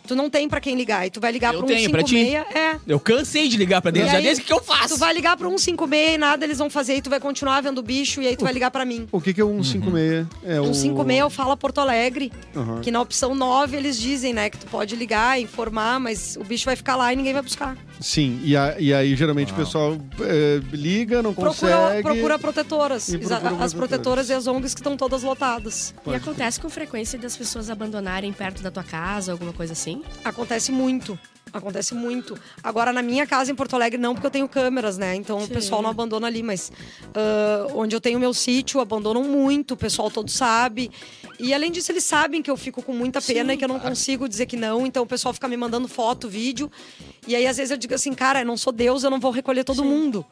Speaker 7: tu não tem pra quem ligar. E tu vai ligar
Speaker 2: Eu
Speaker 7: pro
Speaker 2: tenho pra ti.
Speaker 7: 156. É.
Speaker 2: Eu cansei de ligar pra
Speaker 7: E
Speaker 2: Denise. Já
Speaker 7: aí,
Speaker 2: disse o que eu faço.
Speaker 7: Tu vai ligar pro 156 e nada eles vão fazer e tu vai continuar vendo o bicho e aí tu vai ligar pra mim.
Speaker 4: O que, que é o
Speaker 5: Uhum.
Speaker 4: 156? É o
Speaker 7: 156 eu falo Porto Alegre,
Speaker 4: Aham.
Speaker 7: que na opção 9 eles dizem, né, que tu pode ligar, informar, mas o bicho vai ficar lá e ninguém vai buscar.
Speaker 4: Sim, e, a- e aí geralmente o pessoal é, liga, não
Speaker 7: Procura,
Speaker 4: consegue...
Speaker 7: procura protetoras,
Speaker 4: E
Speaker 7: Exa-
Speaker 4: procura protetoras.
Speaker 7: as protetoras e as ONGs que estão todas lotadas.
Speaker 3: E acontece com frequência das pessoas abandonarem perto da tua casa, alguma coisa assim?
Speaker 7: Acontece muito. Acontece muito. Agora, na minha casa em Porto Alegre, não, porque eu tenho câmeras, né? Então o
Speaker 3: Sim.
Speaker 7: pessoal não abandona ali, mas ah, onde eu tenho meu sítio, abandonam muito, o pessoal todo sabe. E além disso, eles sabem que eu fico com muita pena e que eu não consigo dizer que não, então o pessoal fica me mandando foto, vídeo. E aí, às vezes, eu digo assim, cara, eu não sou Deus, eu não vou recolher todo mundo.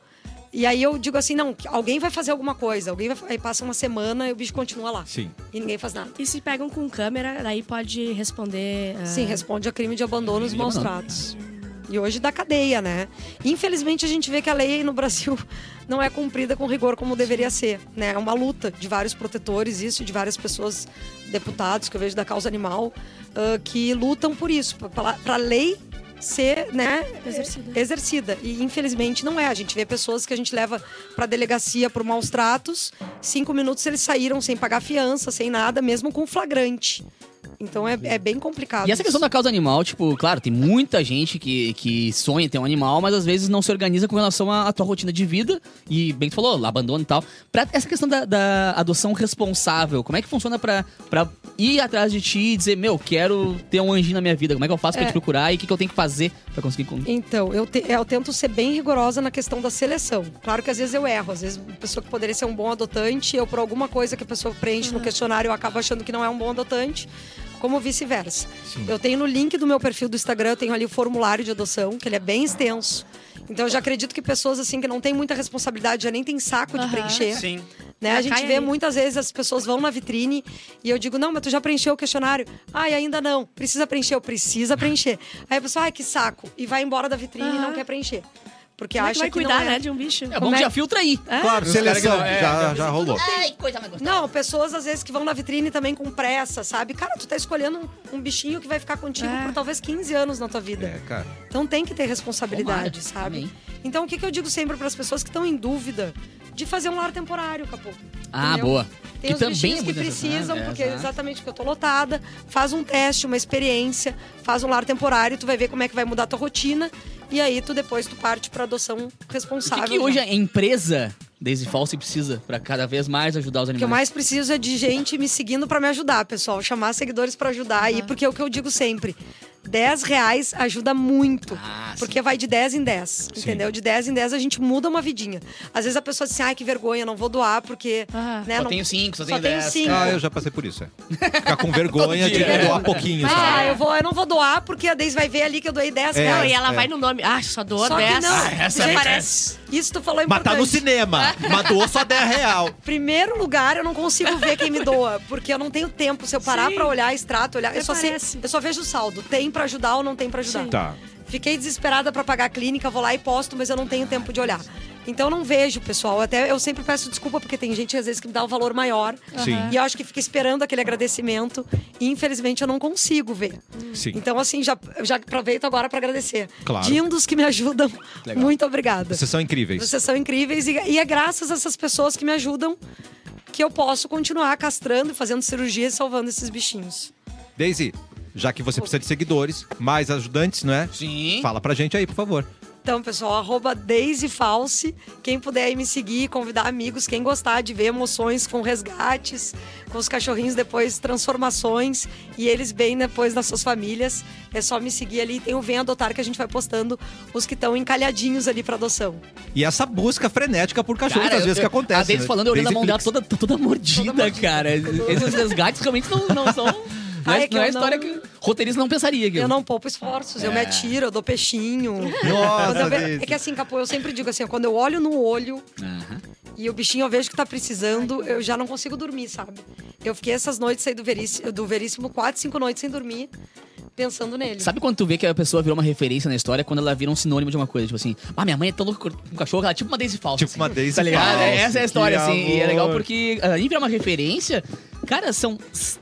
Speaker 7: E aí eu digo assim, não, que alguém vai fazer alguma coisa, alguém vai. fa- Aí passa uma semana e o bicho continua lá.
Speaker 1: Sim.
Speaker 7: E ninguém faz nada.
Speaker 3: E se pegam com câmera, daí pode responder. ah,
Speaker 7: Sim, responde a crime de abandono e
Speaker 2: É. Crime de
Speaker 7: maus
Speaker 2: abandono.
Speaker 7: tratos. E hoje dá cadeia, né? Infelizmente a gente vê que a lei no Brasil não é cumprida com rigor como deveria ser, né? É uma luta de vários protetores, isso, de várias pessoas, deputados que eu vejo da causa animal, ah, que lutam por isso, para a lei ser, né,
Speaker 3: Exercida.
Speaker 7: exercida. E infelizmente não é. A gente vê pessoas que a gente leva para delegacia por maus tratos, cinco minutos eles saíram sem pagar fiança, sem nada, mesmo com flagrante. Então é, é bem complicado.
Speaker 2: E essa questão
Speaker 7: isso.
Speaker 2: da causa animal, tipo, claro, tem muita gente que, que sonha em ter um animal, mas às vezes não se organiza com relação à, à tua rotina de vida. E bem que tu falou, abandono e tal. Pra essa questão da, da adoção responsável, como é que funciona pra, pra ir atrás de ti e dizer, meu, quero ter um anjinho na minha vida? Como é que eu faço pra
Speaker 7: É.
Speaker 2: te procurar e o que, que eu tenho que fazer pra conseguir. con-
Speaker 7: Então, eu, te- eu tento ser bem rigorosa na questão da seleção. Claro que às vezes eu erro, às vezes uma pessoa que poderia ser um bom adotante, eu por alguma coisa que a pessoa preenche
Speaker 3: Uhum.
Speaker 7: no questionário, eu acabo achando que não é um bom adotante, como vice-versa. Eu tenho no link do meu perfil do Instagram, eu tenho ali o formulário de adoção, que ele é bem extenso. Então eu já acredito que pessoas assim que não têm muita responsabilidade, já nem tem saco de
Speaker 3: Aham.
Speaker 7: preencher.
Speaker 5: Sim.
Speaker 7: Né?
Speaker 3: Já
Speaker 7: A gente
Speaker 3: cai
Speaker 7: vê
Speaker 3: ali.
Speaker 7: muitas vezes as pessoas vão na vitrine e eu digo, não, mas tu já preencheu o questionário. Ai, ainda não. Precisa preencher. Eu precisa preencher. Aí a pessoa, ai, que saco. E vai embora da vitrine e não
Speaker 3: Aham.
Speaker 7: quer preencher. Porque
Speaker 3: Como é
Speaker 7: acha
Speaker 3: que vai
Speaker 7: que
Speaker 3: cuidar,
Speaker 7: não é.
Speaker 3: né, de um bicho?
Speaker 2: É bom
Speaker 7: Como
Speaker 2: que
Speaker 7: é-
Speaker 2: já filtra aí.
Speaker 4: Claro, seleção.
Speaker 1: não- é,
Speaker 4: já, já rolou.
Speaker 7: Não, pessoas às vezes que vão na vitrine também com pressa, sabe? Cara, tu tá escolhendo um- um, bichinho que vai ficar contigo
Speaker 3: É.
Speaker 7: por talvez 15 anos na tua vida.
Speaker 1: É, cara.
Speaker 7: Então tem que ter responsabilidade,
Speaker 2: Tomara.
Speaker 7: sabe?
Speaker 2: Amém.
Speaker 7: Então o que, que eu digo sempre para as pessoas que estão em dúvida de fazer um lar temporário, capô?
Speaker 2: Ah,
Speaker 7: Entendeu?
Speaker 2: boa.
Speaker 7: Tem os bichinhos que
Speaker 2: muito necessário,
Speaker 7: precisam,
Speaker 2: é,
Speaker 7: porque
Speaker 2: exato.
Speaker 7: exatamente porque eu tô lotada. Faz um teste, uma experiência, faz um lar temporário, tu vai ver como é que vai mudar a tua rotina. E aí tu depois tu parte pra adoção
Speaker 2: O que,
Speaker 7: responsável.
Speaker 2: que hoje é
Speaker 7: né?
Speaker 2: a empresa, desde False, precisa pra cada vez mais ajudar os
Speaker 7: O
Speaker 2: animais?
Speaker 7: que eu mais preciso é de gente me seguindo pra me ajudar, pessoal. Chamar seguidores pra ajudar aí, porque é o que eu digo sempre. 10 reais ajuda muito.
Speaker 2: Ah, sim.
Speaker 7: porque vai de 10 em 10, entendeu? De 10 em 10 a gente muda uma vidinha. Às vezes a pessoa diz assim, ai que vergonha, não vou doar, porque...
Speaker 3: Ah.
Speaker 7: né,
Speaker 2: Só
Speaker 7: não...
Speaker 2: tenho cinco, só
Speaker 7: só
Speaker 2: tenho
Speaker 7: tenho
Speaker 2: dez.
Speaker 7: cinco.
Speaker 1: Ah, eu já passei por isso, é. Ficar com vergonha de
Speaker 2: Todo dia.
Speaker 1: doar pouquinho,
Speaker 7: Ah,
Speaker 1: sabe?
Speaker 7: eu, vou, eu não vou doar, porque a Deise vai ver ali que eu doei 10
Speaker 1: É.
Speaker 7: reais.
Speaker 3: Não, e ela
Speaker 1: é.
Speaker 3: vai no nome. Ah, só doou
Speaker 7: Só que
Speaker 3: 10.
Speaker 7: não,
Speaker 1: Ah,
Speaker 2: essa
Speaker 7: gente,
Speaker 2: é
Speaker 3: parece.
Speaker 7: Isso tu falou é
Speaker 1: Mas
Speaker 7: importante.
Speaker 1: tá no cinema. Mas doou só 10 real.
Speaker 7: Primeiro lugar, eu não consigo ver quem me doa, porque eu não tenho tempo. Se eu parar
Speaker 3: Sim.
Speaker 7: pra olhar, extrato, olhar, eu
Speaker 3: Até
Speaker 7: só, sei-
Speaker 3: parece.
Speaker 7: eu só vejo o saldo. Tem pra ajudar ou não tem pra ajudar.
Speaker 1: Tá.
Speaker 7: Fiquei desesperada pra pagar a clínica, vou lá e posto, mas eu não tenho tempo de olhar. Então não vejo, pessoal. Até eu sempre peço desculpa, porque tem gente às vezes que me dá um valor maior.
Speaker 3: Ah.
Speaker 1: Sim.
Speaker 7: E eu acho que fica esperando aquele agradecimento. E infelizmente eu não consigo ver.
Speaker 1: Sim.
Speaker 7: Então, assim, já, já aproveito agora pra agradecer.
Speaker 1: Claro.
Speaker 7: Dindos que me ajudam.
Speaker 1: Legal.
Speaker 7: Muito obrigada.
Speaker 1: Vocês são incríveis.
Speaker 7: Vocês são incríveis e, e é graças a essas pessoas que me ajudam que eu posso continuar castrando, fazendo cirurgia e salvando esses bichinhos.
Speaker 1: Daisy, já que você precisa de seguidores, mais ajudantes, não é?
Speaker 2: Sim.
Speaker 1: Fala pra gente aí, por favor.
Speaker 7: Então, pessoal, arroba Daisy False. Quem puder aí me seguir, convidar amigos, quem gostar de ver emoções com resgates, com os cachorrinhos depois, transformações e eles bem depois nas suas famílias, é só me seguir ali. Tem o Vem Adotar que a gente vai postando os que estão encalhadinhos ali pra adoção.
Speaker 1: E essa busca frenética por cachorros,
Speaker 2: Cara,
Speaker 1: às vezes,
Speaker 2: eu-
Speaker 1: que
Speaker 2: eu-
Speaker 1: acontece.
Speaker 2: A Daisy
Speaker 1: né?
Speaker 2: falando, eu olhando a
Speaker 1: Daisy
Speaker 2: mão dela toda, toda mordida, cara. Esses resgates realmente não, não são. Não
Speaker 7: Ai,
Speaker 2: é,
Speaker 7: é que
Speaker 2: não é
Speaker 7: eu
Speaker 2: a história
Speaker 7: não-
Speaker 2: que roteirista não pensaria. Que
Speaker 7: Eu não poupo esforços, eu me atiro, eu dou peixinho.
Speaker 4: Nossa,
Speaker 7: Quando eu ve-
Speaker 4: Daisy.
Speaker 7: É que assim, Capô, eu sempre digo assim, ó, quando eu olho no olho e o bichinho eu vejo que tá precisando, eu já não consigo dormir, sabe? Eu fiquei essas noites aí do Veríssimo, do Veríssimo quatro, cinco noites sem dormir, pensando nele.
Speaker 2: Sabe quando tu vê que a pessoa virou uma referência na história quando ela vira um sinônimo de uma coisa? Tipo assim, ah, minha mãe é tão louca com cachorro, ela é tipo uma Daisy falsa.
Speaker 1: Tipo
Speaker 2: assim.
Speaker 1: uma Daisy
Speaker 2: Tá ligado?
Speaker 1: falsa,
Speaker 2: É, Essa é a história,
Speaker 1: que
Speaker 2: assim. E é legal
Speaker 1: amor.
Speaker 2: porque, além de virar uma referência, cara, são c-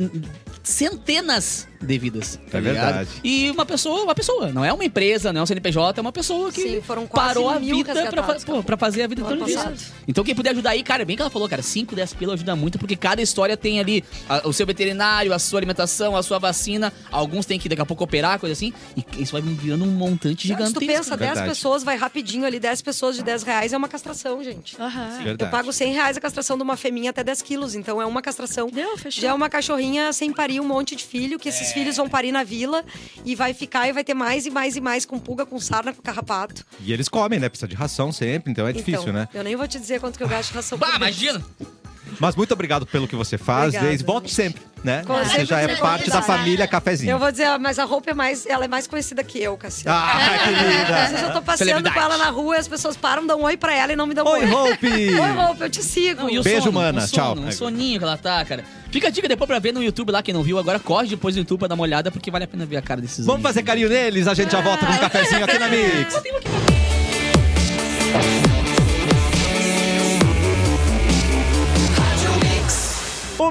Speaker 2: centenas de vidas. tá
Speaker 1: É
Speaker 2: ligado?
Speaker 1: verdade.
Speaker 2: E uma pessoa, uma pessoa, não é uma empresa, não é um CNPJ, é uma pessoa que
Speaker 7: Sim, foram quase
Speaker 2: parou a
Speaker 7: mil
Speaker 2: vida pra, fa-
Speaker 7: resgatados,
Speaker 2: pô, pra fazer a vida
Speaker 7: no ano
Speaker 2: toda disso.
Speaker 7: passado.
Speaker 2: Então quem puder ajudar aí, cara, bem que ela falou, cara, 5, 10 pila ajuda muito, porque cada história tem ali a- o seu veterinário, a sua alimentação, a sua vacina, alguns tem que daqui a pouco operar, coisa assim, e isso vai virando um montante
Speaker 7: Se tu
Speaker 2: gigantesco.
Speaker 7: pensa,
Speaker 2: cara.
Speaker 7: 10
Speaker 1: Verdade.
Speaker 7: pessoas, vai rapidinho ali, 10 pessoas de 10 reais é uma castração, gente.
Speaker 2: É.
Speaker 3: Aham.
Speaker 1: Verdade.
Speaker 7: Eu pago 100 reais a castração de uma fêmea até 10 quilos, então é uma castração.
Speaker 3: Deu, fechou.
Speaker 7: Já é uma cachorrinha sem parir um monte de filho, que esses filhos vão parir na vila e vai ficar e vai ter mais e mais e mais com pulga, com sarna, com carrapato.
Speaker 1: E eles comem, né? Precisa de ração sempre, então é difícil,
Speaker 7: então,
Speaker 1: né?
Speaker 7: Eu nem vou te dizer quanto que eu gasto em ração.
Speaker 2: Bah,
Speaker 7: por mês.
Speaker 2: imagina!
Speaker 1: Mas muito obrigado pelo que você faz,
Speaker 7: Obrigada,
Speaker 1: Daisy. Volte
Speaker 7: gente.
Speaker 1: sempre, né?
Speaker 7: Com
Speaker 1: você
Speaker 7: certeza,
Speaker 1: já é
Speaker 7: convidada.
Speaker 1: parte da família Cafezinho.
Speaker 7: Eu vou dizer, ah, mas a roupa é mais, ela é mais conhecida que eu, Cassiano.
Speaker 1: Ah, que
Speaker 7: Às
Speaker 1: linda!
Speaker 7: vezes eu tô passeando
Speaker 2: Celebridade.
Speaker 7: com ela na rua e as pessoas param, dão um oi pra ela e não me dão um
Speaker 1: Oi,
Speaker 7: oi.
Speaker 1: Hope!
Speaker 7: Oi, roupa, eu te sigo.
Speaker 2: Não, e o
Speaker 1: Beijo,
Speaker 2: sono,
Speaker 1: mana.
Speaker 2: um sono,
Speaker 1: Tchau.
Speaker 2: Um soninho que ela tá, cara. Fica a dica depois pra ver no YouTube lá, quem não viu. Agora corre depois do YouTube pra dar uma olhada, porque vale a pena ver a cara desses
Speaker 1: Vamos fazer carinho neles, a gente já volta com
Speaker 7: Ah,
Speaker 1: um cafezinho aqui na Mix. O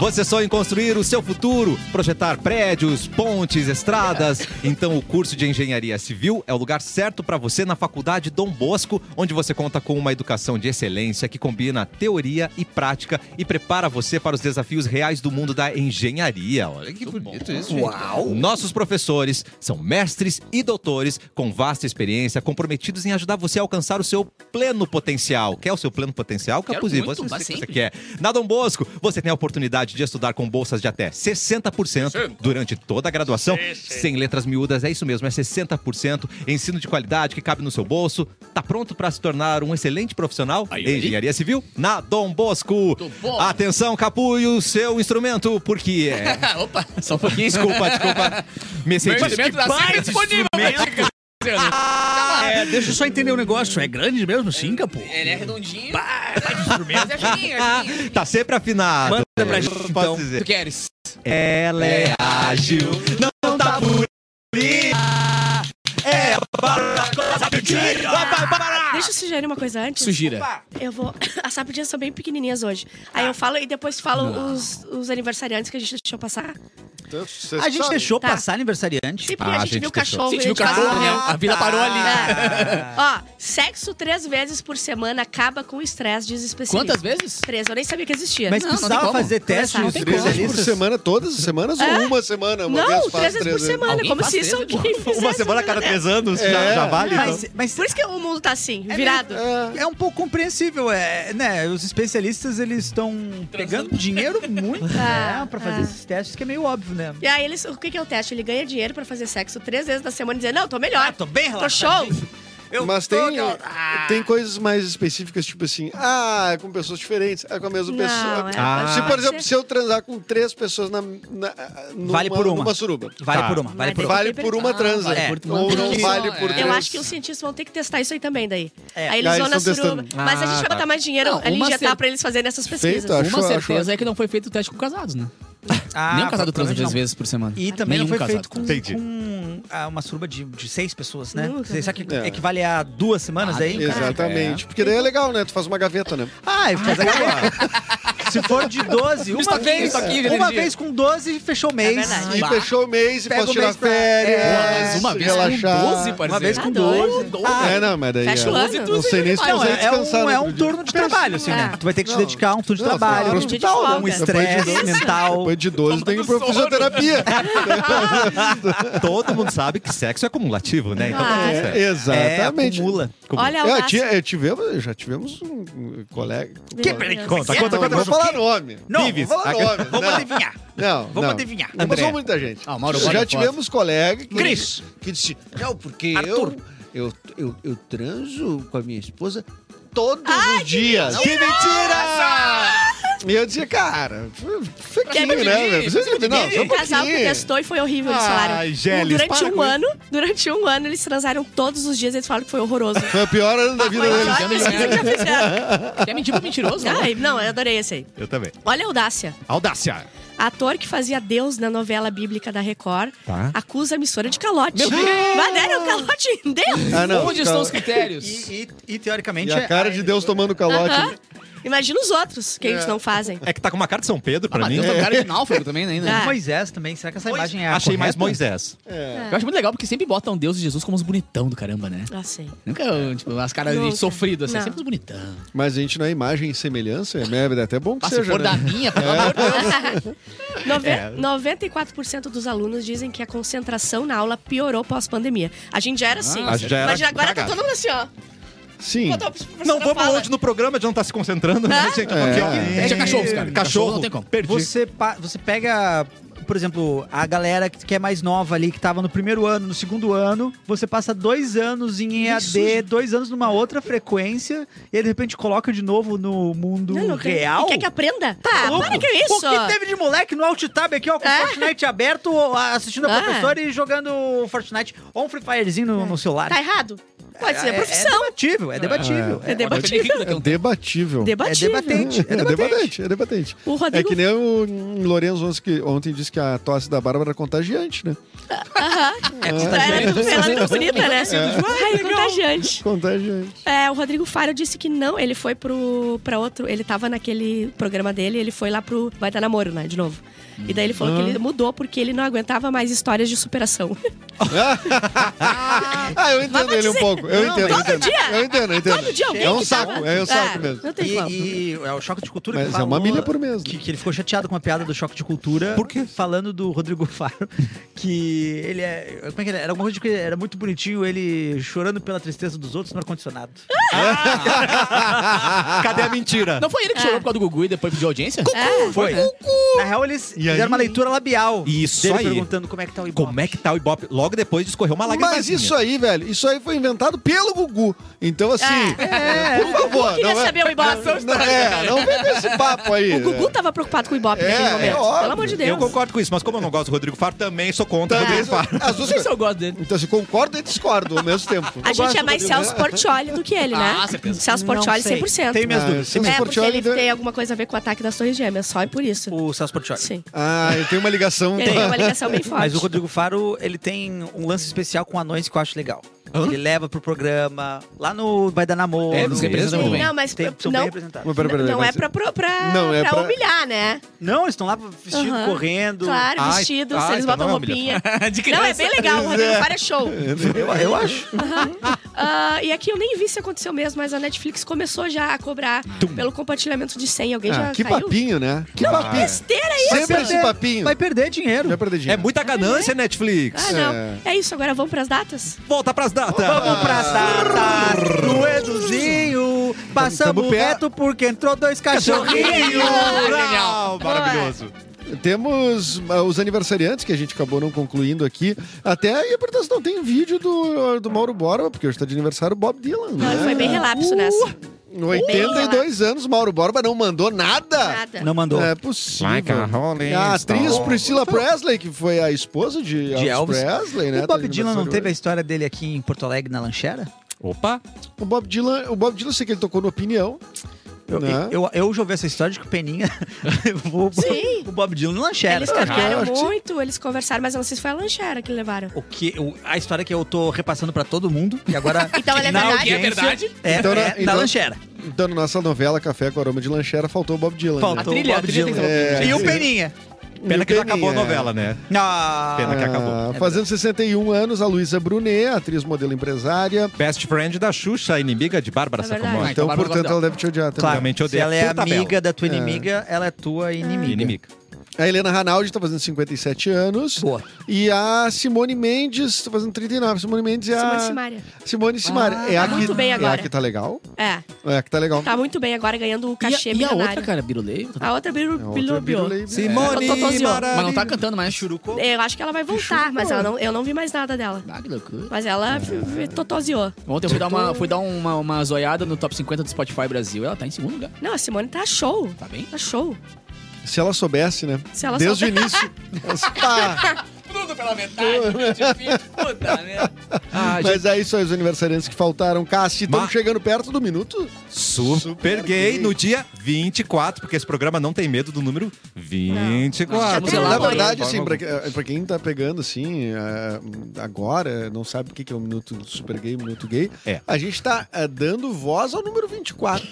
Speaker 1: Você sonha em construir o seu futuro, projetar prédios, pontes, estradas? Então o curso de Engenharia Civil é o lugar certo para você na Faculdade Dom Bosco, onde você conta com uma educação de excelência que combina teoria e prática e prepara você para os desafios reais do mundo da engenharia. Olha que bonito isso. Uau! Nossos professores são mestres e doutores com vasta experiência, comprometidos em ajudar você a alcançar o seu pleno potencial. Quer o seu pleno potencial,
Speaker 2: Quero
Speaker 1: Capuzinho?
Speaker 2: muito,
Speaker 1: Você,
Speaker 2: mas
Speaker 1: você
Speaker 2: sempre.
Speaker 1: quer quer. Na Dom Bosco, você tem a oportunidade de estudar com bolsas de até 60% durante toda a graduação, sem letras miúdas, é isso mesmo, é 60%. Ensino de qualidade que cabe no seu bolso. Tá pronto para se tornar um excelente profissional
Speaker 2: Aí, um
Speaker 1: em
Speaker 2: aí.
Speaker 1: engenharia civil? Na Dom Bosco.
Speaker 2: Muito bom.
Speaker 1: Atenção, Capu, e o seu instrumento, porque é.
Speaker 2: Opa, só um pouquinho.
Speaker 1: Desculpa, desculpa. Me
Speaker 2: Meu
Speaker 1: senti.
Speaker 2: instrumento tá sempre disponível pra ti, cara.
Speaker 1: Ah,
Speaker 6: É, deixa eu só entender
Speaker 5: um
Speaker 6: o negócio. É grande mesmo, sim, capô?
Speaker 2: Ele é redondinho.
Speaker 6: Instrumento.
Speaker 2: Mas é fininho, é fininho.
Speaker 1: Tá sempre afinado.
Speaker 6: Manda pra
Speaker 1: É,
Speaker 6: gente,
Speaker 1: posso
Speaker 6: então.
Speaker 1: dizer.
Speaker 2: Tu queres?
Speaker 1: Ela é ágil, não tá bonita. É barulhosa, mentira. Vai, vai, vai.
Speaker 3: Deixa eu sugerir uma coisa antes.
Speaker 2: Sugira.
Speaker 3: Eu vou. As sapidinhas são bem pequenininhas hoje.
Speaker 7: Tá.
Speaker 3: Aí eu falo e depois falo os, os aniversariantes que a gente deixou passar.
Speaker 5: A gente deixou
Speaker 3: Tá.
Speaker 5: passar aniversariante. Ah, tá.
Speaker 3: Sim, porque
Speaker 1: Ah,
Speaker 3: a,
Speaker 1: a
Speaker 3: gente
Speaker 1: gente
Speaker 3: viu o
Speaker 1: deixou.
Speaker 3: cachorro.
Speaker 2: Sim, a gente
Speaker 3: e
Speaker 2: viu o cachorro,
Speaker 3: acabou.
Speaker 2: né? A vida parou ali.
Speaker 3: É. Ó, sexo três vezes por semana acaba com o estresse, diz especialista.
Speaker 2: Quantas vezes?
Speaker 3: Três, eu nem sabia que existia.
Speaker 5: Mas
Speaker 2: Não, não tem
Speaker 5: precisava
Speaker 2: como.
Speaker 5: fazer teste
Speaker 3: Não
Speaker 5: de
Speaker 3: tem
Speaker 4: Três vezes por
Speaker 5: especialistas.
Speaker 4: semana, todas as semanas ou uma semana? Uma
Speaker 3: não,
Speaker 4: vez faz
Speaker 3: três vezes por semana,
Speaker 2: Alguém
Speaker 3: como assim?
Speaker 2: faz
Speaker 3: se isso
Speaker 2: três
Speaker 3: alguém fizesse.
Speaker 1: Uma semana a cada três anos já,
Speaker 4: É.
Speaker 1: já vale? então?
Speaker 5: Mas, mas
Speaker 3: Por isso que o mundo tá assim, virado.
Speaker 4: É.
Speaker 5: é um pouco compreensível, é, né? Os especialistas, eles estão pegando dinheiro muito, né? Pra fazer
Speaker 3: Ah.
Speaker 5: esses testes, que é meio óbvio, né?
Speaker 3: E aí, eles, o que, que é o teste? Ele ganha dinheiro pra fazer sexo três vezes na semana e dizer, não, tô melhor.
Speaker 5: Ah, tô bem
Speaker 3: Tô show.
Speaker 4: Mas tem, tem coisas mais específicas, tipo assim, ah, é com pessoas diferentes, é com a mesma
Speaker 3: Não,
Speaker 4: pessoa.
Speaker 3: é,
Speaker 1: Ah.
Speaker 4: Se, por
Speaker 3: pode
Speaker 4: exemplo,
Speaker 3: ser.
Speaker 4: se eu transar com três pessoas na, na- numa,
Speaker 5: Vale por uma.
Speaker 4: numa suruba.
Speaker 5: Vale
Speaker 1: Tá.
Speaker 5: por uma, vale
Speaker 3: Mas
Speaker 5: por uma.
Speaker 4: Vale por uma transa.
Speaker 5: vale por uma
Speaker 4: Ou não
Speaker 3: transa.
Speaker 4: vale por
Speaker 2: É.
Speaker 4: três.
Speaker 3: Eu acho que os cientistas vão ter que testar isso aí também daí.
Speaker 5: É.
Speaker 3: Aí eles
Speaker 4: Ah,
Speaker 3: vão na
Speaker 4: eles tão
Speaker 3: suruba.
Speaker 4: testando.
Speaker 3: Mas a
Speaker 1: Ah,
Speaker 3: gente vai
Speaker 1: tá.
Speaker 3: botar mais dinheiro
Speaker 2: Não,
Speaker 3: ali
Speaker 2: uma
Speaker 3: injetar
Speaker 2: cer-
Speaker 3: pra eles fazerem essas pesquisas.
Speaker 4: Feito, acho.
Speaker 2: Uma certeza
Speaker 4: acho-
Speaker 2: é que não foi feito o teste com casados, né?
Speaker 5: Ah,
Speaker 2: Nenhum casado transa três
Speaker 5: provavelmente não.
Speaker 2: vezes por semana.
Speaker 5: E também
Speaker 2: Nenhum
Speaker 5: não foi
Speaker 2: casado
Speaker 5: feito com,
Speaker 2: transa.
Speaker 1: Entendi.
Speaker 5: com, ah, uma suruba de, de seis pessoas, né?
Speaker 3: Nunca.
Speaker 5: Será que
Speaker 4: É.
Speaker 5: equivale a duas semanas
Speaker 2: Ah,
Speaker 5: daí?
Speaker 4: Exatamente. Porque daí é legal, né? Tu faz uma gaveta, né?
Speaker 5: Ah, Um eu fiz agora. Se for de 12, uma
Speaker 2: Estoquei,
Speaker 5: vez,
Speaker 2: estoquei de
Speaker 5: uma
Speaker 2: energia.
Speaker 5: vez com 12, fechou o mês.
Speaker 3: É verdade.
Speaker 4: E
Speaker 2: Bah.
Speaker 4: fechou o mês e
Speaker 5: Tá, Pega
Speaker 4: posso
Speaker 5: o
Speaker 4: tirar
Speaker 5: mês pra-
Speaker 4: férias.
Speaker 5: É,
Speaker 2: Mas uma vez
Speaker 4: relaxar.
Speaker 2: com 12,
Speaker 5: Uma
Speaker 2: parceiro.
Speaker 5: vez com
Speaker 3: Tá doido.
Speaker 5: 12.
Speaker 2: Ah,
Speaker 4: É, não, mas daí.
Speaker 3: Fecha o
Speaker 4: é-
Speaker 3: ano.
Speaker 4: Não sei nem se
Speaker 5: Não, é,
Speaker 4: consegue
Speaker 5: é
Speaker 4: descansar.
Speaker 5: um, é
Speaker 4: né?
Speaker 5: um turno de trabalho, assim, né?
Speaker 3: É.
Speaker 5: Tu vai ter que se
Speaker 4: Não.
Speaker 5: dedicar a um turno de
Speaker 4: Não,
Speaker 5: trabalho.
Speaker 4: claro.
Speaker 5: Um
Speaker 4: Um dia
Speaker 3: de folga.
Speaker 5: um
Speaker 4: Depois de
Speaker 5: estresse
Speaker 4: dois-
Speaker 5: mental.
Speaker 4: Depois de 12 tem que ir pra
Speaker 2: Tomando soro.
Speaker 4: fisioterapia.
Speaker 1: Todo mundo sabe que sexo é acumulativo, né? Então tá tudo
Speaker 4: Ah, é.
Speaker 3: Claro.
Speaker 1: certo.
Speaker 4: Exatamente.
Speaker 5: É, acumula.
Speaker 3: Olha a
Speaker 4: É,
Speaker 3: audácia.
Speaker 4: ti- é, tivemos, já tivemos um- um colega.
Speaker 3: Que- peraí,
Speaker 4: Não,
Speaker 3: conta,
Speaker 4: não,
Speaker 5: conta, conta.
Speaker 4: Não vou falar nome.
Speaker 5: Não,
Speaker 4: Vives.
Speaker 5: vou falar
Speaker 4: Agora,
Speaker 5: Vamos
Speaker 4: não.
Speaker 5: adivinhar.
Speaker 4: Não,
Speaker 5: Vamos
Speaker 4: não.
Speaker 5: adivinhar.
Speaker 4: Não
Speaker 1: André.
Speaker 4: passou muita gente.
Speaker 2: Ah, o Mauro Borba
Speaker 4: já
Speaker 2: é
Speaker 4: tivemos colega que,
Speaker 6: Cris.
Speaker 4: que disse: Não, porque
Speaker 6: Arthur.
Speaker 4: eu, eu, eu, eu transo com a minha esposa todos os dias.
Speaker 1: Que mentira!
Speaker 4: E eu dizia, cara,
Speaker 2: Quer
Speaker 4: fiquinho,
Speaker 2: pedir,
Speaker 4: né? velho? Precisa
Speaker 2: precisa
Speaker 4: de- Não,
Speaker 2: pedir.
Speaker 4: só um
Speaker 3: O casal que
Speaker 4: pouquinho.
Speaker 3: testou e foi horrível, eles falaram.
Speaker 1: Ai, Gélis,
Speaker 3: durante
Speaker 1: para
Speaker 3: um
Speaker 1: com
Speaker 3: ano, durante um ano, eles transaram todos os dias e eles falaram que foi horroroso.
Speaker 4: Foi a pior ano
Speaker 2: Ah,
Speaker 4: da vida
Speaker 3: Olha
Speaker 4: dele.
Speaker 3: a pesquisa que já fizeram.
Speaker 2: Quer mentir pro mentiroso? né?
Speaker 3: Ai, não, eu adorei esse aí.
Speaker 1: Eu também.
Speaker 3: Olha a audácia.
Speaker 1: Audácia.
Speaker 3: Ator que fazia Deus na novela bíblica da Record
Speaker 1: Tá.
Speaker 3: acusa a emissora de calote. Mas deram um calote em Deus.
Speaker 4: Ah, não.
Speaker 2: Onde estão os
Speaker 4: cara.
Speaker 2: critérios?
Speaker 5: E, e- e, teoricamente. é
Speaker 4: E a cara de Deus tomando calote.
Speaker 3: Aham. Imagina os outros que eles não fazem.
Speaker 1: É que tá com uma cara de São Pedro pra
Speaker 2: Ah,
Speaker 1: mim.
Speaker 2: Deus é um cara de náufrago também, né?
Speaker 3: Ah.
Speaker 5: Moisés também. Será que essa imagem é. a
Speaker 1: Achei mais
Speaker 5: correta?
Speaker 1: Moisés.
Speaker 4: É.
Speaker 2: Eu acho muito legal porque sempre botam Deus e Jesus como os bonitão do caramba, né?
Speaker 3: Ah, sei.
Speaker 2: Nunca, tipo, as caras
Speaker 3: Nunca.
Speaker 2: de sofrido, assim,
Speaker 3: Não.
Speaker 2: sempre os bonitão.
Speaker 4: Mas a gente não é imagem e semelhança, é merda, é até bom que
Speaker 2: Ah, se
Speaker 4: seja.
Speaker 2: for
Speaker 4: né?
Speaker 2: da minha, pelo amor de Deus.
Speaker 3: Nove- 94% dos alunos dizem que a concentração na aula piorou pós-pandemia. A gente já era assim.
Speaker 1: a gente já era
Speaker 3: Imagina, agora
Speaker 1: cagado.
Speaker 3: tá todo mundo assim, ó.
Speaker 4: Sim.
Speaker 2: um
Speaker 3: Quando a professora
Speaker 1: Não vamos
Speaker 3: fala,
Speaker 1: longe no programa, já não tá se concentrando, né, gente?
Speaker 4: É.
Speaker 1: Porque-
Speaker 2: É, tinha cachorros, cara.
Speaker 1: Cachorro,
Speaker 2: não tem como.
Speaker 1: Perdi.
Speaker 5: Você, pa- você pega, por exemplo, a galera que que é mais nova ali, que tava no primeiro ano, no segundo ano, você passa dois anos em EAD, dois anos numa outra frequência, e aí de repente coloca de novo no mundo
Speaker 3: Não, não quer-
Speaker 5: real.
Speaker 3: e Quer que aprenda?
Speaker 5: Tá
Speaker 3: Tá,
Speaker 5: louco?
Speaker 3: para que é isso? É?
Speaker 5: O que teve de moleque no alt tab aqui, ó, com o Fortnite aberto, ó, assistindo a
Speaker 3: Ah.
Speaker 5: professora e jogando Fortnite ou um Free Firezinho no, no celular.
Speaker 3: Tá errado? Pode ser
Speaker 5: É-
Speaker 3: a
Speaker 5: É,
Speaker 3: profissão.
Speaker 5: debatível, é debatível.
Speaker 3: É
Speaker 2: Pode
Speaker 3: debate-
Speaker 2: perder rico daqui a
Speaker 4: É
Speaker 2: um tempo.
Speaker 4: debatível.
Speaker 3: debatível.
Speaker 5: é debatente.
Speaker 4: É debatente, é debatente.
Speaker 3: O
Speaker 4: É
Speaker 3: Rodrigo
Speaker 4: que nem o Lourenço Onze que ontem disse que a tosse da Bárbara é contagiante, né?
Speaker 3: Ela, era- ela é tão bonita, né? Ai,
Speaker 7: legal.
Speaker 3: contagiante.
Speaker 4: Contagiante.
Speaker 3: É, o Rodrigo Faro disse que não, ele foi pro, pra outro. Ele tava naquele programa dele, ele foi lá pro Vai Tá Namoro, né? De novo. E daí ele falou que ele mudou porque ele não aguentava mais histórias de superação.
Speaker 4: Ah, eu entendo ele um pouco. Eu entendo, eu
Speaker 3: todo
Speaker 4: entendo.
Speaker 3: dia.
Speaker 4: Eu entendo, eu entendo.
Speaker 3: Todo dia alguém
Speaker 4: É um
Speaker 3: que tava-
Speaker 4: saco, é um saco mesmo.
Speaker 3: Não tem como.
Speaker 5: E, e é o choque de cultura
Speaker 4: Mas
Speaker 5: que
Speaker 4: é
Speaker 5: falou
Speaker 4: uma milha por mês, né?
Speaker 5: Que, que ele ficou chateado com a piada do choque de cultura.
Speaker 1: Por quê?
Speaker 5: Falando do Rodrigo Faro, que ele é. Como é que ele é? Era alguma coisa de que era muito bonitinho ele chorando pela tristeza dos outros no ar-condicionado.
Speaker 3: Ah,
Speaker 1: Cadê a mentira?
Speaker 2: Não foi ele que chorou por causa do Gugu e depois pediu audiência?
Speaker 3: É,
Speaker 5: Foi. Na real, eles
Speaker 4: E aí?
Speaker 5: fizeram uma leitura labial.
Speaker 1: Isso
Speaker 5: dele
Speaker 1: aí.
Speaker 5: perguntando como é que tá o Ibope.
Speaker 1: Como é que tá o Ibope? Logo depois escorreu
Speaker 2: é
Speaker 1: uma lágrima.
Speaker 4: Mas isso aí, velho, isso aí foi inventado pelo Gugu. Então, assim, por favor.
Speaker 3: queria
Speaker 4: não é-
Speaker 3: saber o Ibope.
Speaker 4: Não, é, não vem com esse papo aí.
Speaker 3: O Gugu tava preocupado com o Ibope
Speaker 4: É,
Speaker 3: naquele
Speaker 4: é
Speaker 3: momento.
Speaker 4: óbvio.
Speaker 3: Pelo amor de Deus.
Speaker 1: Eu concordo com isso, mas como eu não gosto do Rodrigo Faro, também sou contra o
Speaker 4: Também,
Speaker 1: Rodrigo Faro.
Speaker 4: Então, as
Speaker 2: Não
Speaker 4: duas
Speaker 2: sei
Speaker 4: coisas.
Speaker 2: se eu gosto dele.
Speaker 4: Então, você concorda e discorda ao mesmo tempo.
Speaker 3: A
Speaker 4: Eu
Speaker 3: gente
Speaker 4: gosto né?
Speaker 3: é mais
Speaker 4: do
Speaker 3: Celso
Speaker 4: Rodrigo.
Speaker 3: Portioli do que ele, né?
Speaker 2: Ah, certeza.
Speaker 3: Celso Portioli
Speaker 5: Não sei.
Speaker 3: 100%.
Speaker 5: Tenho minhas
Speaker 4: Ah,
Speaker 5: dúvidas.
Speaker 4: eu
Speaker 5: Tenho
Speaker 4: sei.
Speaker 5: minhas-
Speaker 3: É, porque ele
Speaker 4: Portiolli-
Speaker 3: tem alguma coisa a ver com o ataque das Torres Gêmeas, só é por isso.
Speaker 5: O Celso Portiolli.
Speaker 3: Sim.
Speaker 4: Ah, eu tenho uma ligação.
Speaker 3: Ele tem uma ligação bem forte.
Speaker 5: Mas o Rodrigo Faro, ele tem um lance especial com anões que eu acho legal. Ele leva pro programa, lá no Vai Dar Namoro.
Speaker 1: É, eles representam
Speaker 5: Tem-
Speaker 1: bem.
Speaker 3: Não, mas
Speaker 5: tem- são bem
Speaker 3: não,
Speaker 5: representados.
Speaker 4: Mas pera, pera,
Speaker 3: não é
Speaker 4: mas-
Speaker 3: pra, pra, pra-
Speaker 4: Não, é
Speaker 3: pra
Speaker 4: pra-
Speaker 3: humilhar, né?
Speaker 5: Não, eles estão lá vestindo,
Speaker 3: Aham.
Speaker 5: correndo.
Speaker 3: Claro,
Speaker 1: Ai,
Speaker 3: vestidos,
Speaker 1: ai,
Speaker 3: eles
Speaker 1: então
Speaker 3: botam
Speaker 1: não é
Speaker 3: roupinha.
Speaker 2: De
Speaker 3: Não,
Speaker 2: criança.
Speaker 3: é bem legal, o Rodrigo Faro é show.
Speaker 5: Eu, eu acho.
Speaker 3: Ah, e aqui eu nem vi se aconteceu mesmo, mas a Netflix começou já a cobrar pelo compartilhamento de senha. Alguém
Speaker 4: Ah,
Speaker 3: já
Speaker 4: que
Speaker 3: caiu? Ah,
Speaker 4: papinho, né? Que papinho. né?
Speaker 3: Besteira aí!
Speaker 4: Sempre esse papinho.
Speaker 5: Vai perder dinheiro.
Speaker 4: Vai perder
Speaker 1: É
Speaker 4: dinheiro.
Speaker 1: muita ganância, Netflix.
Speaker 3: Ah, não. É isso, agora vamos pras datas?
Speaker 1: Volta pras datas.
Speaker 5: Vamos
Speaker 4: Ah.
Speaker 5: pra datas no Eduzinho. Passamos
Speaker 4: tamo pé.
Speaker 5: reto porque entrou dois cachorrinhos.
Speaker 1: Genial, maravilhoso.
Speaker 4: Temos ah, os aniversariantes que a gente acabou não concluindo aqui. Até aí, portanto, não tem um vídeo do, do Mauro Borba, porque hoje tá de aniversário o Bob Dylan.
Speaker 3: Não,
Speaker 4: né?
Speaker 3: ele foi bem relapso nessa.
Speaker 4: 82 anos, Mauro Borba não mandou nada.
Speaker 3: Nada.
Speaker 5: Não mandou.
Speaker 4: É possível.
Speaker 1: Like a rolling
Speaker 4: a atriz
Speaker 1: stone.
Speaker 4: Priscilla Presley, que foi a esposa de, Elvis,
Speaker 5: Elvis.
Speaker 4: Presley, né?
Speaker 5: o
Speaker 4: tá
Speaker 5: Bob
Speaker 4: de
Speaker 5: Dylan não
Speaker 4: aniversário
Speaker 5: teve a história dele aqui em Porto Alegre, na lanchera?
Speaker 1: Opa.
Speaker 4: hoje. O Bob Dylan, o Bob Dylan, sei que ele tocou no Opinião.
Speaker 5: Eu,
Speaker 4: né?
Speaker 5: eu, eu já ouvi essa história de que o Peninha levou o Bob-
Speaker 3: Sim.
Speaker 5: o Bob Dylan na lanchera.
Speaker 3: Eles cantaram
Speaker 4: acho que-
Speaker 3: muito, eles conversaram, mas eu não sei se foi a lanchera que levaram.
Speaker 5: O que, o- a história que eu tô repassando pra todo mundo, e agora...
Speaker 3: Então ela é
Speaker 5: na
Speaker 3: verdade?
Speaker 5: audiência,
Speaker 2: É verdade?
Speaker 5: É,
Speaker 4: Então,
Speaker 5: é,
Speaker 4: né,
Speaker 5: na
Speaker 4: então-
Speaker 5: lanchera.
Speaker 4: Então, na nossa novela Café com Aroma de Lanchera, faltou o Bob Dylan. né?
Speaker 5: Faltou
Speaker 2: A trilha,
Speaker 5: o
Speaker 2: a
Speaker 5: Bob
Speaker 2: trilha
Speaker 5: Dylan.
Speaker 2: tem que ser assim. o Bob
Speaker 5: E
Speaker 2: Dylan.
Speaker 5: o Peninha.
Speaker 1: Pena que já acabou a
Speaker 4: Peninha.
Speaker 1: novela, né?
Speaker 5: Ah,
Speaker 1: Pena que acabou.
Speaker 4: Ah, fazendo 61 anos, a Luísa Brunet, atriz, modelo empresária.
Speaker 1: Best friend da Xuxa, inimiga de Bárbara
Speaker 3: É verdade.
Speaker 1: Sacomori.
Speaker 2: Ai,
Speaker 4: Então,
Speaker 2: então, Bárbara
Speaker 4: portanto,
Speaker 2: Gordel.
Speaker 4: ela deve te odiar também.
Speaker 5: Claro,
Speaker 1: Realmente
Speaker 5: se
Speaker 1: odeia
Speaker 5: ela é
Speaker 1: por tabela.
Speaker 5: amiga da tua inimiga, ela é
Speaker 3: Ah.
Speaker 5: tua inimiga.
Speaker 1: Inimiga.
Speaker 4: A Helena Ranaldi tá fazendo 57 anos.
Speaker 5: Boa.
Speaker 4: E a Simone Mendes tá fazendo 39. Simone Mendes é a...
Speaker 3: Simone Simaria.
Speaker 4: Simone Simaria. é a
Speaker 3: tá
Speaker 4: que,
Speaker 3: muito bem agora.
Speaker 4: É a que tá legal.
Speaker 3: É,
Speaker 4: É a que tá legal.
Speaker 3: tá muito bem agora ganhando o cachê
Speaker 2: e a, e a outra,
Speaker 3: milionário.
Speaker 2: cara, Biruleio?
Speaker 3: A outra bilu-
Speaker 4: É outra
Speaker 3: bilubiou.
Speaker 4: Birulei-
Speaker 1: Simone
Speaker 3: Totozinho.
Speaker 1: Maravilha.
Speaker 2: Mas não tá cantando mais. Churuco.
Speaker 3: É, Eu acho que ela vai voltar, mas
Speaker 2: então.
Speaker 3: ela não, eu não vi mais nada dela.
Speaker 2: Ah, que loucura.
Speaker 3: Mas ela é. totoziou.
Speaker 2: Ontem eu fui dar, uma, fui dar uma, uma zoiada no top 50 do Spotify Brasil. Ela tá em segundo lugar.
Speaker 3: Não, a Simone tá show.
Speaker 2: Tá bem?
Speaker 3: Tá show.
Speaker 4: É, Se ela soubesse, né?
Speaker 3: Se ela
Speaker 4: Desde
Speaker 3: soubesse.
Speaker 4: o início. Mas, pá,
Speaker 2: Tudo pela metade. Puta, né? Ah, gente,
Speaker 4: mas é isso aí, os aniversariantes que faltaram. Cassi, estamos
Speaker 1: Ma-
Speaker 4: chegando perto do minuto.
Speaker 1: Super,
Speaker 4: Super
Speaker 1: gay,
Speaker 4: gay.
Speaker 1: no dia 24, porque esse programa não tem medo do número 24.
Speaker 2: Não, Sei lá,
Speaker 4: Ah, Na
Speaker 2: porém.
Speaker 4: verdade, assim, pra, que- pra quem tá pegando, assim, ah, agora, não sabe o que que é o minuto super gay, o minuto gay,
Speaker 1: É.
Speaker 4: a gente tá ah, dando voz ao número 24.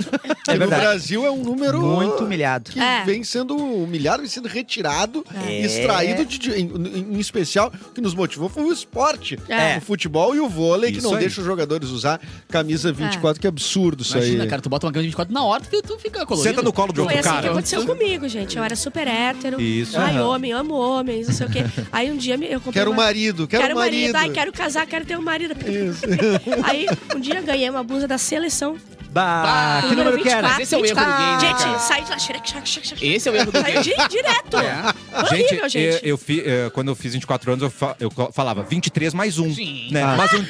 Speaker 4: que no
Speaker 5: verdade.
Speaker 4: Brasil é um número...
Speaker 5: Muito humilhado.
Speaker 4: Que
Speaker 3: É.
Speaker 4: vem sendo humilhado e sendo retirado,
Speaker 5: É.
Speaker 4: extraído, de- de- em, em especial, o que nos motivou foi o esporte.
Speaker 3: É.
Speaker 4: O futebol e o vôlei, que
Speaker 1: Isso
Speaker 4: não
Speaker 1: aí.
Speaker 4: deixa os jogadores usar camisa
Speaker 3: É.
Speaker 4: 24, que absurdo isso
Speaker 2: Imagina,
Speaker 4: aí.
Speaker 2: cara, tu bota uma camisa 24 na hora, tu, tu fica colorido. Tipo,
Speaker 1: Senta no colo de
Speaker 3: Foi
Speaker 1: outro
Speaker 3: assim que
Speaker 1: cara.
Speaker 3: aconteceu comigo, gente. Eu era super hétero.
Speaker 1: Isso.
Speaker 3: Ai,
Speaker 1: Aham.
Speaker 3: homem, eu amo homens, não sei o quê. Aí um dia eu comprei.
Speaker 4: Quero o
Speaker 3: uma-
Speaker 4: marido, quero,
Speaker 3: Quero
Speaker 4: o marido.
Speaker 3: Ai, quero casar, quero ter um marido. Aí um dia eu ganhei uma blusa da seleção.
Speaker 5: Bah, que número que era?
Speaker 2: Mas esse é o erro do gay, né, cara?
Speaker 3: Gente, saí de lá, xereque, xereque, xereque, xereque.
Speaker 2: Esse é o erro do
Speaker 3: Saiu
Speaker 2: gay.
Speaker 3: di- direto.
Speaker 1: Gente,
Speaker 3: Horrível, gente.
Speaker 1: Eu, eu fi- eh, quando eu fiz 24 anos, eu, fa- eu co- falava 23 mais um.
Speaker 2: Sim.
Speaker 1: Né?
Speaker 3: Ah.
Speaker 1: Mas um,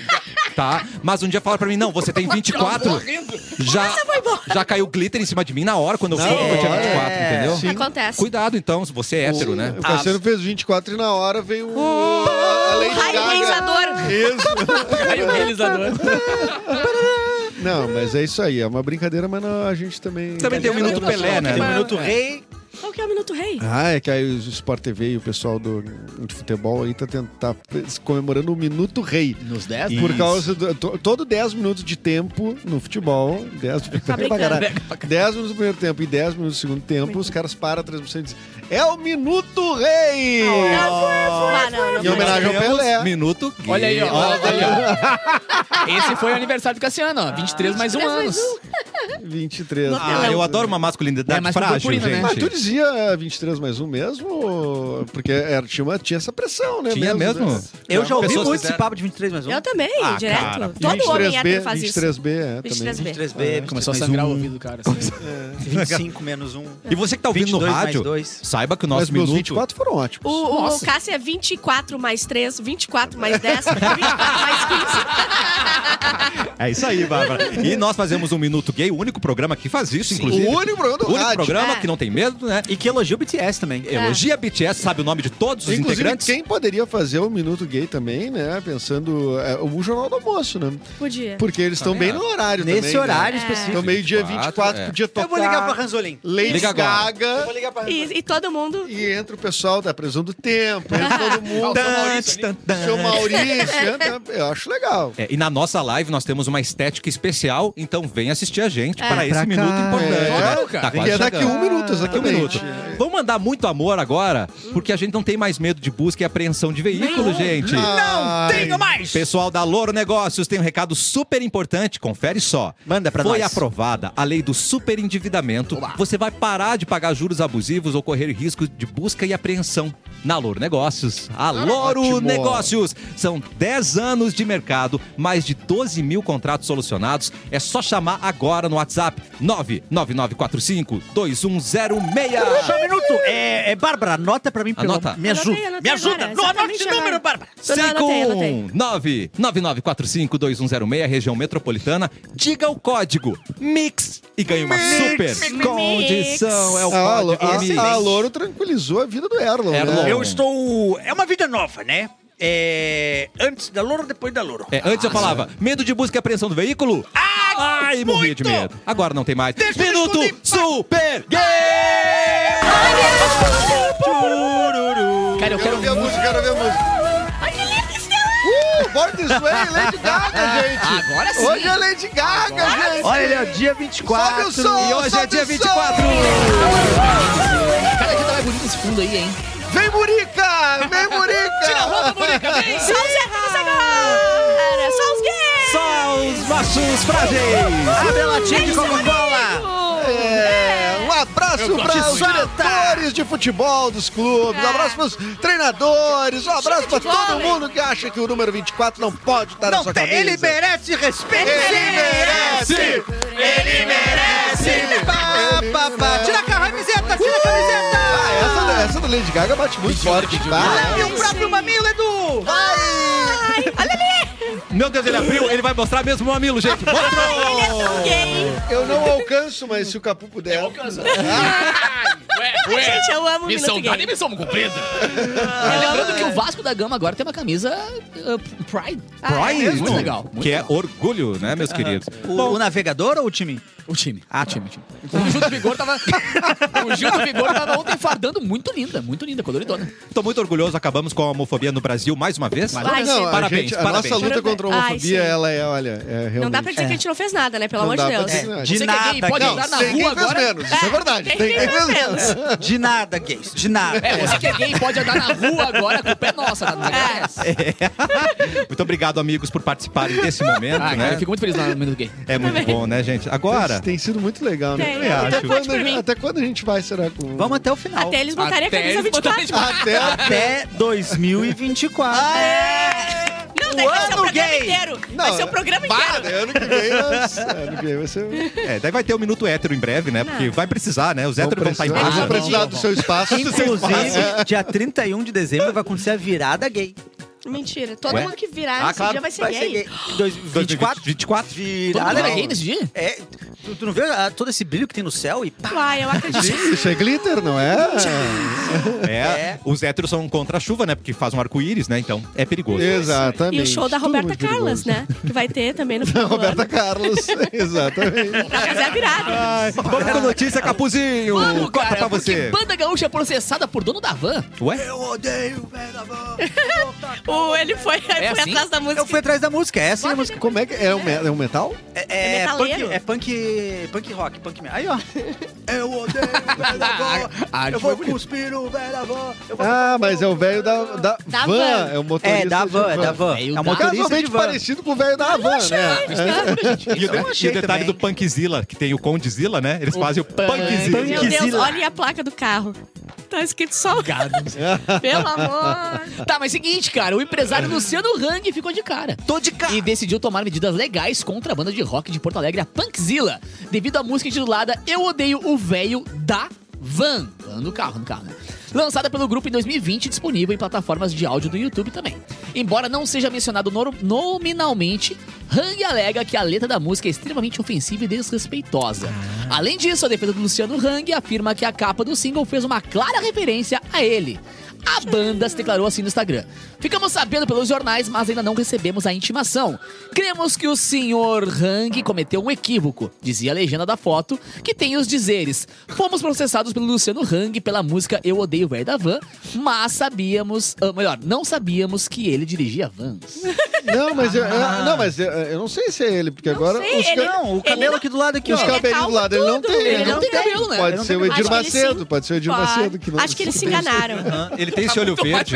Speaker 1: tá? Mas um dia falaram pra mim, não, você tem
Speaker 3: Tá
Speaker 1: 24. Já, já caiu glitter em cima de mim na hora, quando eu fui, eu tinha 24,
Speaker 5: é,
Speaker 1: entendeu?
Speaker 4: sim.
Speaker 3: Acontece.
Speaker 1: Cuidado, então, se você é hétero, né?
Speaker 4: O Cassiano fez 24 e na hora veio o. a Lady Gaga.
Speaker 3: Raimenizador.
Speaker 4: Isso.
Speaker 2: Aí o realizador.
Speaker 4: Não, mas é isso aí. É uma brincadeira, mas não, a gente também.
Speaker 1: Também tem o Minuto Pelé, né?
Speaker 5: Tem o Minuto É, Rei,
Speaker 3: Qual que é o Minuto Rei?
Speaker 4: Ah, é que aí o Sport TV e o pessoal do, de futebol aí tá, tendo- tá comemorando o Minuto Rei.
Speaker 2: Nos 10?
Speaker 4: Por causa do. to- todo 10 minutos de tempo no futebol, 10
Speaker 3: brincando.
Speaker 4: pra caralho. 10 minutos do primeiro tempo e 10 minutos do segundo tempo, os caras param a transmissão e dizem: É o Minuto Rei!
Speaker 3: Ah, não, não
Speaker 4: Em
Speaker 3: faz.
Speaker 4: homenagem ao Pelé.
Speaker 1: Minuto. gay.
Speaker 2: Olha aí, ó.
Speaker 1: Olha aí, ó.
Speaker 2: Esse foi o aniversário do Cassiano, ó. 23 mais um
Speaker 3: 23 mais
Speaker 2: anos.
Speaker 4: 23.
Speaker 1: Ah,
Speaker 3: é um
Speaker 1: eu adoro uma masculinidade
Speaker 2: É, mas com
Speaker 1: frágil,
Speaker 2: purpurina, né?
Speaker 4: Mas tu
Speaker 1: gente.
Speaker 4: dizia 23 mais um mesmo? Porque é, era, tinha, uma- tinha essa pressão, né?
Speaker 1: Tinha mesmo?
Speaker 4: né?
Speaker 5: Eu já ouvi
Speaker 1: Pessoas
Speaker 5: muito
Speaker 1: fizeram-
Speaker 5: esse papo de 23 mais 1.
Speaker 3: Eu também,
Speaker 1: Ah,
Speaker 3: direto.
Speaker 1: cara,
Speaker 3: Todo homem hétero
Speaker 4: 23B,
Speaker 3: faz isso.
Speaker 4: 23B, é, também.
Speaker 3: 23B.
Speaker 5: 23B,
Speaker 2: Ah, Começou a
Speaker 5: 23 mais
Speaker 2: sangrar
Speaker 5: um,
Speaker 2: o ouvido, do cara. assim.
Speaker 5: 25 menos 1.
Speaker 1: E você que tá ouvindo no
Speaker 5: 22 mais
Speaker 1: rádio,
Speaker 5: dois.
Speaker 1: saiba que o
Speaker 4: Mas
Speaker 1: nosso
Speaker 4: meus
Speaker 1: minuto.
Speaker 4: 24 foram
Speaker 3: O,
Speaker 4: ótimos.
Speaker 3: o- o
Speaker 2: Nossa.
Speaker 3: Cássio é 24 mais 3, 24 mais 10, 24 mais 15.
Speaker 1: É isso aí, Bárbara. e nós fazemos um Minuto Gay, o único programa que faz isso,
Speaker 4: O
Speaker 1: inclusive.
Speaker 4: único programa do
Speaker 1: O único
Speaker 4: rádio.
Speaker 1: programa
Speaker 3: É.
Speaker 1: que não tem medo, né?
Speaker 5: E que elogia o BTS também.
Speaker 1: Elogia BTS, sabe o nome de todos os
Speaker 4: Inclusive,
Speaker 1: integrantes.
Speaker 4: quem poderia fazer o Minuto Gay também, né? Pensando. É, o Jornal do Almoço, né?
Speaker 3: Podia.
Speaker 4: Porque eles
Speaker 1: Tá
Speaker 4: estão bem no horário também.
Speaker 5: Nesse
Speaker 4: né?
Speaker 5: horário
Speaker 3: É.
Speaker 5: específico.
Speaker 4: Então, meio-dia
Speaker 1: 24,
Speaker 4: 24,
Speaker 1: é.
Speaker 4: podia tocar.
Speaker 5: Eu vou ligar pra Ranzolin.
Speaker 4: Lady
Speaker 1: Liga agora.
Speaker 5: Eu vou
Speaker 4: Gaga.
Speaker 5: ligar pra Ranzolin.
Speaker 3: E, e todo mundo.
Speaker 4: E entra o pessoal da Prisão do Tempo, entra todo mundo. Seu Maurício, entra- eu acho legal.
Speaker 1: É, e na nossa live nós temos uma estética especial, então vem assistir a gente
Speaker 3: É.
Speaker 1: para esse
Speaker 5: Pra cá.
Speaker 1: minuto importante.
Speaker 4: É.
Speaker 1: né?
Speaker 2: Claro,
Speaker 1: Tá
Speaker 4: Que
Speaker 1: quase
Speaker 4: é daqui
Speaker 1: chegando.
Speaker 4: um minuto,
Speaker 1: Daqui um
Speaker 4: exatamente.
Speaker 1: minuto. Vamos mandar muito amor agora, porque a gente não tem mais medo de busca e apreensão de veículo, gente.
Speaker 4: Não
Speaker 6: Tenho mais!
Speaker 1: Pessoal da Loro Negócios tem um recado super importante, confere só.
Speaker 5: Manda pra
Speaker 1: Foi
Speaker 5: nós.
Speaker 1: aprovada a lei do superendividamento. Você vai parar de pagar juros abusivos ou correr risco de busca e apreensão. Na Loro Negócios. A Loro
Speaker 5: Ah,
Speaker 4: Ótimo.
Speaker 1: Negócios. São 10 anos de mercado, mais de 12 mil contratos solucionados. É só chamar agora no WhatsApp 99945 2106.
Speaker 5: Só um minuto. É, é, Bárbara, anota pra mim. pelo-
Speaker 1: Anota.
Speaker 5: Me ajuda.
Speaker 3: Anotei, anotei
Speaker 6: Me ajuda!
Speaker 3: agora,
Speaker 6: Não anote
Speaker 3: exatamente
Speaker 6: esse
Speaker 3: agora.
Speaker 6: número, Bárbara!
Speaker 3: Eu já anotei, anotei.
Speaker 1: 599452106, região metropolitana. Diga o código MIX e ganhe uma super
Speaker 3: mix.
Speaker 1: condição. É o
Speaker 4: A, Lo-
Speaker 1: código MIX.
Speaker 4: Ah, a, a Louro tranquilizou a vida do Erlon.
Speaker 1: Erlon.
Speaker 4: Né?
Speaker 1: Eu
Speaker 6: Eu estou... É uma vida nova, né? É... Antes da louro, depois da louro.
Speaker 1: É, antes eu falava, medo de busca e apreensão do veículo?
Speaker 6: Ah,
Speaker 1: Ai, morria de
Speaker 6: muito!
Speaker 1: medo. Agora não tem mais.
Speaker 6: Deixa eu
Speaker 1: Minuto
Speaker 6: estudar em paz.
Speaker 1: Super Gay! Tururu.
Speaker 2: Cara, eu
Speaker 4: Quero
Speaker 2: quero
Speaker 4: ver a música, quero ver a música.
Speaker 3: Ai, que lindo isso!
Speaker 4: Uh, Born This Way, Lady Gaga, gente.
Speaker 2: Agora sim.
Speaker 4: Hoje é Lady Gaga, gente.
Speaker 5: Olha, ele é o dia 24.
Speaker 4: Sobe o som,
Speaker 1: E hoje é
Speaker 4: sobe
Speaker 1: dia
Speaker 4: o som.
Speaker 1: 24.
Speaker 2: Cada dia tá mais bonito esse fundo aí, hein?
Speaker 4: Vem, Murica! Vem, Murica! Tira a roupa, Murica!
Speaker 3: Só os héteros agora! Só os gays!
Speaker 1: Só os machos frágeis!
Speaker 5: Abre a latinha de Coca-Cola.
Speaker 4: É, um abraço para os diretores de futebol dos clubes, um abraço para os treinadores, um abraço para todo mundo que acha que o número 24 não pode estar na
Speaker 5: Não
Speaker 4: sua
Speaker 5: tem,
Speaker 4: camisa.
Speaker 5: ele merece respeito.
Speaker 4: Ele merece!
Speaker 5: Ele merece. Pá, pá, pá. Tira a camiseta, tira a camiseta.
Speaker 2: Uh!
Speaker 4: Ah, essa, da- essa do Lady Gaga bate muito forte, tá?
Speaker 5: E o próprio mamilo, Edu.
Speaker 1: Meu Deus, ele abriu, ele vai mostrar mesmo o mamilo, gente. Mostrou!
Speaker 4: Eu não alcanço, mas se o Capu puder.
Speaker 2: Ué, um
Speaker 3: Gente, eu amo o
Speaker 2: Missão
Speaker 3: Minuto
Speaker 2: dada e
Speaker 3: Gay.
Speaker 2: missão cumprida. E Ah, lembrando que o Vasco da Gama agora tem uma camisa uh, Pride.
Speaker 1: Pride?
Speaker 2: Muito legal. Muito
Speaker 1: que
Speaker 2: legal.
Speaker 1: é orgulho, né, meus queridos?
Speaker 5: O, o navegador ou o time?
Speaker 2: O time.
Speaker 5: Ah,
Speaker 2: o time, o time. O Gil do Vigor tava. o Gil do Vigor tava ontem fardando muito linda, muito linda, coloridona.
Speaker 1: Tô muito orgulhoso, acabamos com a homofobia no Brasil mais uma vez.
Speaker 2: Mais
Speaker 3: Ai,
Speaker 4: Não,
Speaker 3: gente.
Speaker 4: a,
Speaker 1: Parabéns,
Speaker 4: gente, a
Speaker 1: parabéns.
Speaker 4: nossa luta contra a
Speaker 3: Ai,
Speaker 4: homofobia,
Speaker 3: sim.
Speaker 4: ela é, olha, é realmente...
Speaker 3: Não dá pra dizer que a gente não fez nada, né? Pelo
Speaker 4: Não
Speaker 3: amor de
Speaker 4: dá pra
Speaker 3: Deus.
Speaker 4: dizer nada.
Speaker 5: De
Speaker 2: Você que é gay,
Speaker 5: nada,
Speaker 2: pode
Speaker 5: gay.
Speaker 4: Não,
Speaker 2: andar na
Speaker 4: tem quem
Speaker 2: rua
Speaker 4: fez
Speaker 2: agora.
Speaker 4: menos, isso é verdade.
Speaker 3: Tem quem fez menos.
Speaker 5: De nada, gays. De nada.
Speaker 2: É, você que é gay pode andar na rua agora, a culpa é nossa, tá? Não é.
Speaker 1: Muito obrigado, amigos, por participarem desse momento,
Speaker 2: Ah, cara,
Speaker 1: né?
Speaker 2: eu fico muito feliz no Minuto Gay.
Speaker 1: É muito bom, né, gente? Agora,
Speaker 4: Tem sido muito legal, né?
Speaker 3: Tem.
Speaker 1: Eu acho.
Speaker 4: Até, quando,
Speaker 3: Pode
Speaker 4: a
Speaker 3: por
Speaker 4: gente-
Speaker 3: mim.
Speaker 4: até quando a gente vai, será? Com...
Speaker 5: Vamos até o final.
Speaker 3: Até eles botarem a
Speaker 2: Até
Speaker 3: camisa
Speaker 2: eles botarem
Speaker 3: 24.
Speaker 2: de-
Speaker 4: Até...
Speaker 5: Até 2024.
Speaker 3: Não, daí
Speaker 5: O
Speaker 3: vai ser o
Speaker 5: ano
Speaker 3: programa
Speaker 5: gay.
Speaker 3: inteiro. Vai
Speaker 4: Não,
Speaker 3: ser o programa
Speaker 4: Para,
Speaker 3: inteiro.
Speaker 4: né? ano que vem, nós- ano que vem vai ser...
Speaker 1: é, daí vai ter o Minuto Hétero em breve, né? Porque vai precisar, né? Os héteros vão estar em
Speaker 4: precisar-
Speaker 1: baixa.
Speaker 4: vão precisar do seu espaço.
Speaker 5: Inclusive, dia 31 de dezembro vai acontecer a virada gay.
Speaker 3: Mentira, todo
Speaker 1: Ué?
Speaker 3: mundo que virar
Speaker 1: Ah,
Speaker 3: nesse
Speaker 1: claro,
Speaker 3: dia vai ser
Speaker 5: Vai
Speaker 3: gay.
Speaker 5: ser gay. Dois- 24?
Speaker 1: 24?
Speaker 2: Todo mundo
Speaker 5: Virada
Speaker 2: era
Speaker 5: gay.
Speaker 2: gay nesse é dia?
Speaker 5: É,
Speaker 6: Tu, tu não vê ah, todo esse brilho que tem no céu e pá,
Speaker 3: Uai, eu acredito.
Speaker 4: Isso é glitter, não é?
Speaker 1: É,
Speaker 6: É.
Speaker 1: Os héteros são contra a chuva, né? Porque faz um arco-íris, né? Então é perigoso.
Speaker 4: Exatamente.
Speaker 3: E o show da
Speaker 4: Tudo
Speaker 3: Roberta
Speaker 4: muito
Speaker 3: Carlos,
Speaker 4: perigoso.
Speaker 3: né? Que vai ter também no
Speaker 4: Da
Speaker 3: final do
Speaker 4: Roberta Ah.
Speaker 3: ano.
Speaker 4: Carlos, exatamente.
Speaker 3: Pra fazer é a virada.
Speaker 1: Ai, vamos com a notícia, Capuzinho!
Speaker 2: Vamos,
Speaker 1: Corta
Speaker 2: cara,
Speaker 1: pra
Speaker 2: porque
Speaker 1: você.
Speaker 2: banda gaúcha é processada por dono da van.
Speaker 1: Ué?
Speaker 6: Eu odeio Vera Van.
Speaker 3: O, ele foi, foi
Speaker 2: assim?
Speaker 3: atrás da música.
Speaker 5: Eu fui atrás da música, é essa é a música.
Speaker 4: Como é que é? um me- é um metal?
Speaker 6: É,
Speaker 3: É
Speaker 6: punk,
Speaker 3: metaleiro.
Speaker 6: é punk, punk rock, punk metal. Aí, ó. Eu odeio Vera
Speaker 2: Ah,
Speaker 6: Van.
Speaker 2: acho que
Speaker 6: Eu
Speaker 2: foi
Speaker 6: vou
Speaker 2: bonito.
Speaker 6: cuspir o Vera Van. eu vou-
Speaker 4: Ah, mas é o velho da, da,
Speaker 3: Da
Speaker 4: van.
Speaker 3: van.
Speaker 4: É o motorista.
Speaker 5: É, da van,
Speaker 4: de
Speaker 5: é da van.
Speaker 2: Veio
Speaker 5: É o
Speaker 2: da-
Speaker 5: motorista de
Speaker 4: Casualmente
Speaker 5: van.
Speaker 4: parecido com o velho da van, né?
Speaker 1: E o, de-
Speaker 5: Eu achei
Speaker 1: e o detalhe
Speaker 5: também.
Speaker 1: do Punkzilla, que tem o Condzilla, né? Eles
Speaker 2: O
Speaker 1: fazem o
Speaker 2: punk-
Speaker 1: Punkzilla.
Speaker 3: Meu Deus, olha a placa do carro. Tá escrito só. Pelo amor.
Speaker 2: Tá, mas seguinte, cara, o empresário Luciano Hang ficou de cara.
Speaker 6: Tô de cara.
Speaker 2: E decidiu tomar medidas legais contra a banda de rock de Porto Alegre, a Punkzilla, devido à música intitulada Eu Odeio o Véio da Van. Van do carro, no carro, né? Lançada pelo grupo em 2020 e disponível em plataformas de áudio do YouTube também. Embora não seja mencionado nor- nominalmente, Hang alega que a letra da música é extremamente ofensiva e desrespeitosa. Além disso, a defesa do Luciano Hang afirma que a capa do single fez uma clara referência a ele. A banda se declarou assim no Instagram. Ficamos sabendo pelos jornais, mas ainda não recebemos a intimação. Cremos que o senhor Hang cometeu um equívoco, dizia a legenda da foto, que tem os dizeres. Fomos processados pelo Luciano Hang pela música Eu Odeio o Velho da Van, mas sabíamos, ah, melhor, não sabíamos que ele dirigia vans.
Speaker 4: Não, mas eu,
Speaker 5: Ah.
Speaker 4: eu- não, mas eu, eu não sei se é ele, porque agora
Speaker 3: sei,
Speaker 4: os,
Speaker 3: ele-
Speaker 4: ca-
Speaker 5: Não, o cabelo aqui do lado aqui, ó.
Speaker 4: os
Speaker 3: ele
Speaker 4: cabelinhos do
Speaker 3: calma
Speaker 4: lado ele não
Speaker 3: tudo,
Speaker 4: tem.
Speaker 3: ele não
Speaker 2: tem cabelo, né?
Speaker 4: Pode
Speaker 2: Ele não
Speaker 4: ser
Speaker 2: tem
Speaker 4: o
Speaker 3: cabelo.
Speaker 4: Edir
Speaker 3: Acho que ele
Speaker 4: Macedo,
Speaker 3: sim.
Speaker 4: pode ser o Edir Macedo. Que não-
Speaker 3: Acho que eles se enganaram.
Speaker 1: Ele tem esse olho verde.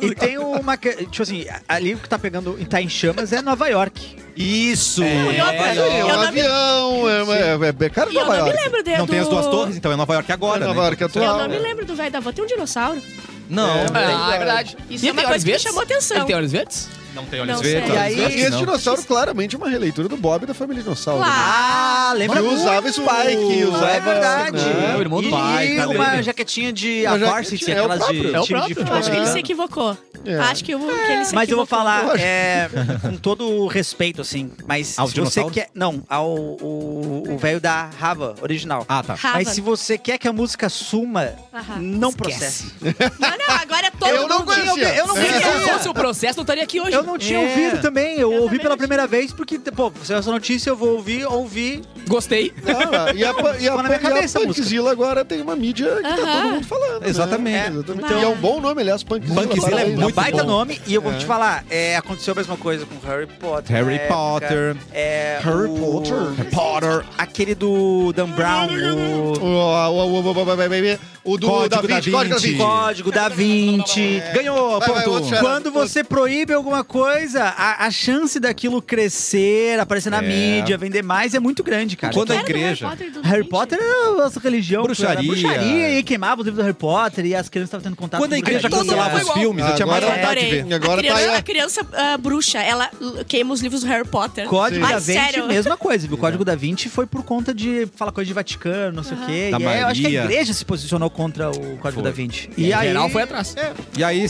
Speaker 5: E tem uma. que- Tipo assim, ali o que tá pegando e tá em chamas é Nova York.
Speaker 1: Isso!
Speaker 3: e outra-
Speaker 4: É, é um
Speaker 3: Eu não me-
Speaker 4: avião, é, uma- é, é, é
Speaker 3: E
Speaker 4: cara de
Speaker 3: eu
Speaker 4: Nova
Speaker 3: não me
Speaker 4: York.
Speaker 3: lembro dele.
Speaker 1: Não tem as duas torres, então é Nova York agora,
Speaker 4: É Nova
Speaker 1: né?
Speaker 4: York
Speaker 3: Eu
Speaker 4: atual.
Speaker 3: não me lembro do velho da van. Tem um dinossauro?
Speaker 1: Não,
Speaker 2: Ah, é verdade.
Speaker 3: Isso
Speaker 2: E
Speaker 3: é
Speaker 2: ele
Speaker 3: uma coisa
Speaker 2: tem olhos
Speaker 3: que me
Speaker 2: verdes?
Speaker 3: chamou atenção.
Speaker 2: Ele tem olhos verdes?
Speaker 1: não tem olhos
Speaker 3: Não
Speaker 1: verdes.
Speaker 3: sei.
Speaker 1: olhos
Speaker 5: E aí-
Speaker 1: verdes,
Speaker 4: E esse
Speaker 1: não.
Speaker 4: dinossauro, claramente, uma releitura do Bob da família dinossauro. né?
Speaker 5: Ah, lembra
Speaker 4: Que usava
Speaker 5: muito.
Speaker 4: Spike, usava-
Speaker 5: É verdade.
Speaker 1: É, o irmão do
Speaker 5: e
Speaker 1: pai, tá
Speaker 5: uma
Speaker 1: dele.
Speaker 5: jaquetinha de
Speaker 4: Uma
Speaker 5: a
Speaker 4: jaquetinha,
Speaker 5: varsity,
Speaker 4: é o
Speaker 5: aquelas de
Speaker 4: próprio.
Speaker 5: time
Speaker 2: É o
Speaker 5: de
Speaker 2: próprio.
Speaker 5: futebol
Speaker 3: Eu acho que ele se
Speaker 5: americano.
Speaker 3: equivocou.
Speaker 4: É.
Speaker 3: Acho que, o, que ele se
Speaker 5: Mas eu vou
Speaker 3: equivocou.
Speaker 5: falar,
Speaker 4: Lógico.
Speaker 5: é, com todo o respeito, assim, mas
Speaker 1: Ao
Speaker 5: se você
Speaker 1: Ah, dinossauro?
Speaker 5: quer... Não, ao o o velho da Rava, original.
Speaker 1: Ah, tá.
Speaker 3: Rava.
Speaker 5: Mas se você quer que a música suma,
Speaker 3: Aham.
Speaker 5: não processe.
Speaker 3: Não, não, agora é todo
Speaker 4: Eu não
Speaker 3: mundo.
Speaker 4: conhecia.
Speaker 5: eu não
Speaker 2: Se
Speaker 5: conhecia.
Speaker 3: é.
Speaker 2: não fosse o processo, não estaria aqui hoje.
Speaker 5: Eu não tinha
Speaker 6: É.
Speaker 5: ouvido também, eu, ouvi
Speaker 3: também
Speaker 5: pela
Speaker 3: não
Speaker 5: primeira vez, porque, pô, se é essa notícia eu vou ouvir, ouvi.
Speaker 2: Gostei.
Speaker 4: Ah, e a, pan- e a,
Speaker 5: ficou na minha
Speaker 4: pan- e a
Speaker 5: cabeça a música.
Speaker 4: Punkzilla agora tem uma mídia que tá
Speaker 3: Aham.
Speaker 4: todo mundo falando. né?
Speaker 1: Exatamente.
Speaker 4: É, exatamente.
Speaker 3: Então-
Speaker 4: e é um bom nome, aliás, Punkzilla.
Speaker 1: Punkzilla
Speaker 4: fala
Speaker 1: é
Speaker 4: aí.
Speaker 5: É um
Speaker 1: muito
Speaker 5: baita
Speaker 1: bom.
Speaker 5: nome, e eu vou
Speaker 4: É.
Speaker 5: te falar, é, aconteceu a mesma coisa com Harry Potter.
Speaker 1: Harry
Speaker 5: na época,
Speaker 1: Potter.
Speaker 5: É,
Speaker 4: Harry
Speaker 5: o-
Speaker 4: Potter.
Speaker 1: Potter.
Speaker 5: Aquele do Dan Brown, o
Speaker 4: O, o, o, o, o, o do
Speaker 1: Código
Speaker 4: da
Speaker 1: da
Speaker 4: Vinci, Código da
Speaker 1: Vinci.
Speaker 4: Vinci.
Speaker 5: Código da 20.
Speaker 1: Ganhou,
Speaker 4: Vai, vai,
Speaker 1: ponto.
Speaker 4: outro já-
Speaker 5: Quando você proíbe alguma coisa, a, a chance daquilo crescer, aparecer na
Speaker 1: É.
Speaker 5: mídia, vender mais é muito grande, cara.
Speaker 1: Quando a
Speaker 3: Era do
Speaker 1: igreja.
Speaker 3: Harry Potter, e do
Speaker 5: Harry
Speaker 3: Grinch?
Speaker 5: Potter era a nossa religião.
Speaker 1: Bruxaria.
Speaker 5: era bruxaria e queimava os livros do Harry Potter e as crianças estavam tendo contato
Speaker 1: Quando a
Speaker 5: com
Speaker 1: igreja
Speaker 5: bruxaria.
Speaker 1: cancelava os
Speaker 2: igual.
Speaker 1: filmes, eu tinha mais
Speaker 4: Agora-
Speaker 1: vontade de ver.
Speaker 4: E
Speaker 3: a
Speaker 4: agora
Speaker 3: criança,
Speaker 4: tá aí.
Speaker 3: a criança, ah, bruxa, ela l- queima os livros do Harry Potter.
Speaker 5: Código
Speaker 3: Ai,
Speaker 5: da Vinci,
Speaker 3: sério?
Speaker 5: mesma coisa, viu? O Código da Vinci foi por conta de falar coisa de Vaticano, não sei o quê.
Speaker 1: Da
Speaker 5: e é, eu acho que
Speaker 1: Maria.
Speaker 5: a igreja se posicionou contra o Código da Vinci.
Speaker 2: E
Speaker 5: E
Speaker 2: em
Speaker 5: aí,
Speaker 2: geral foi atrás.
Speaker 1: E aí, é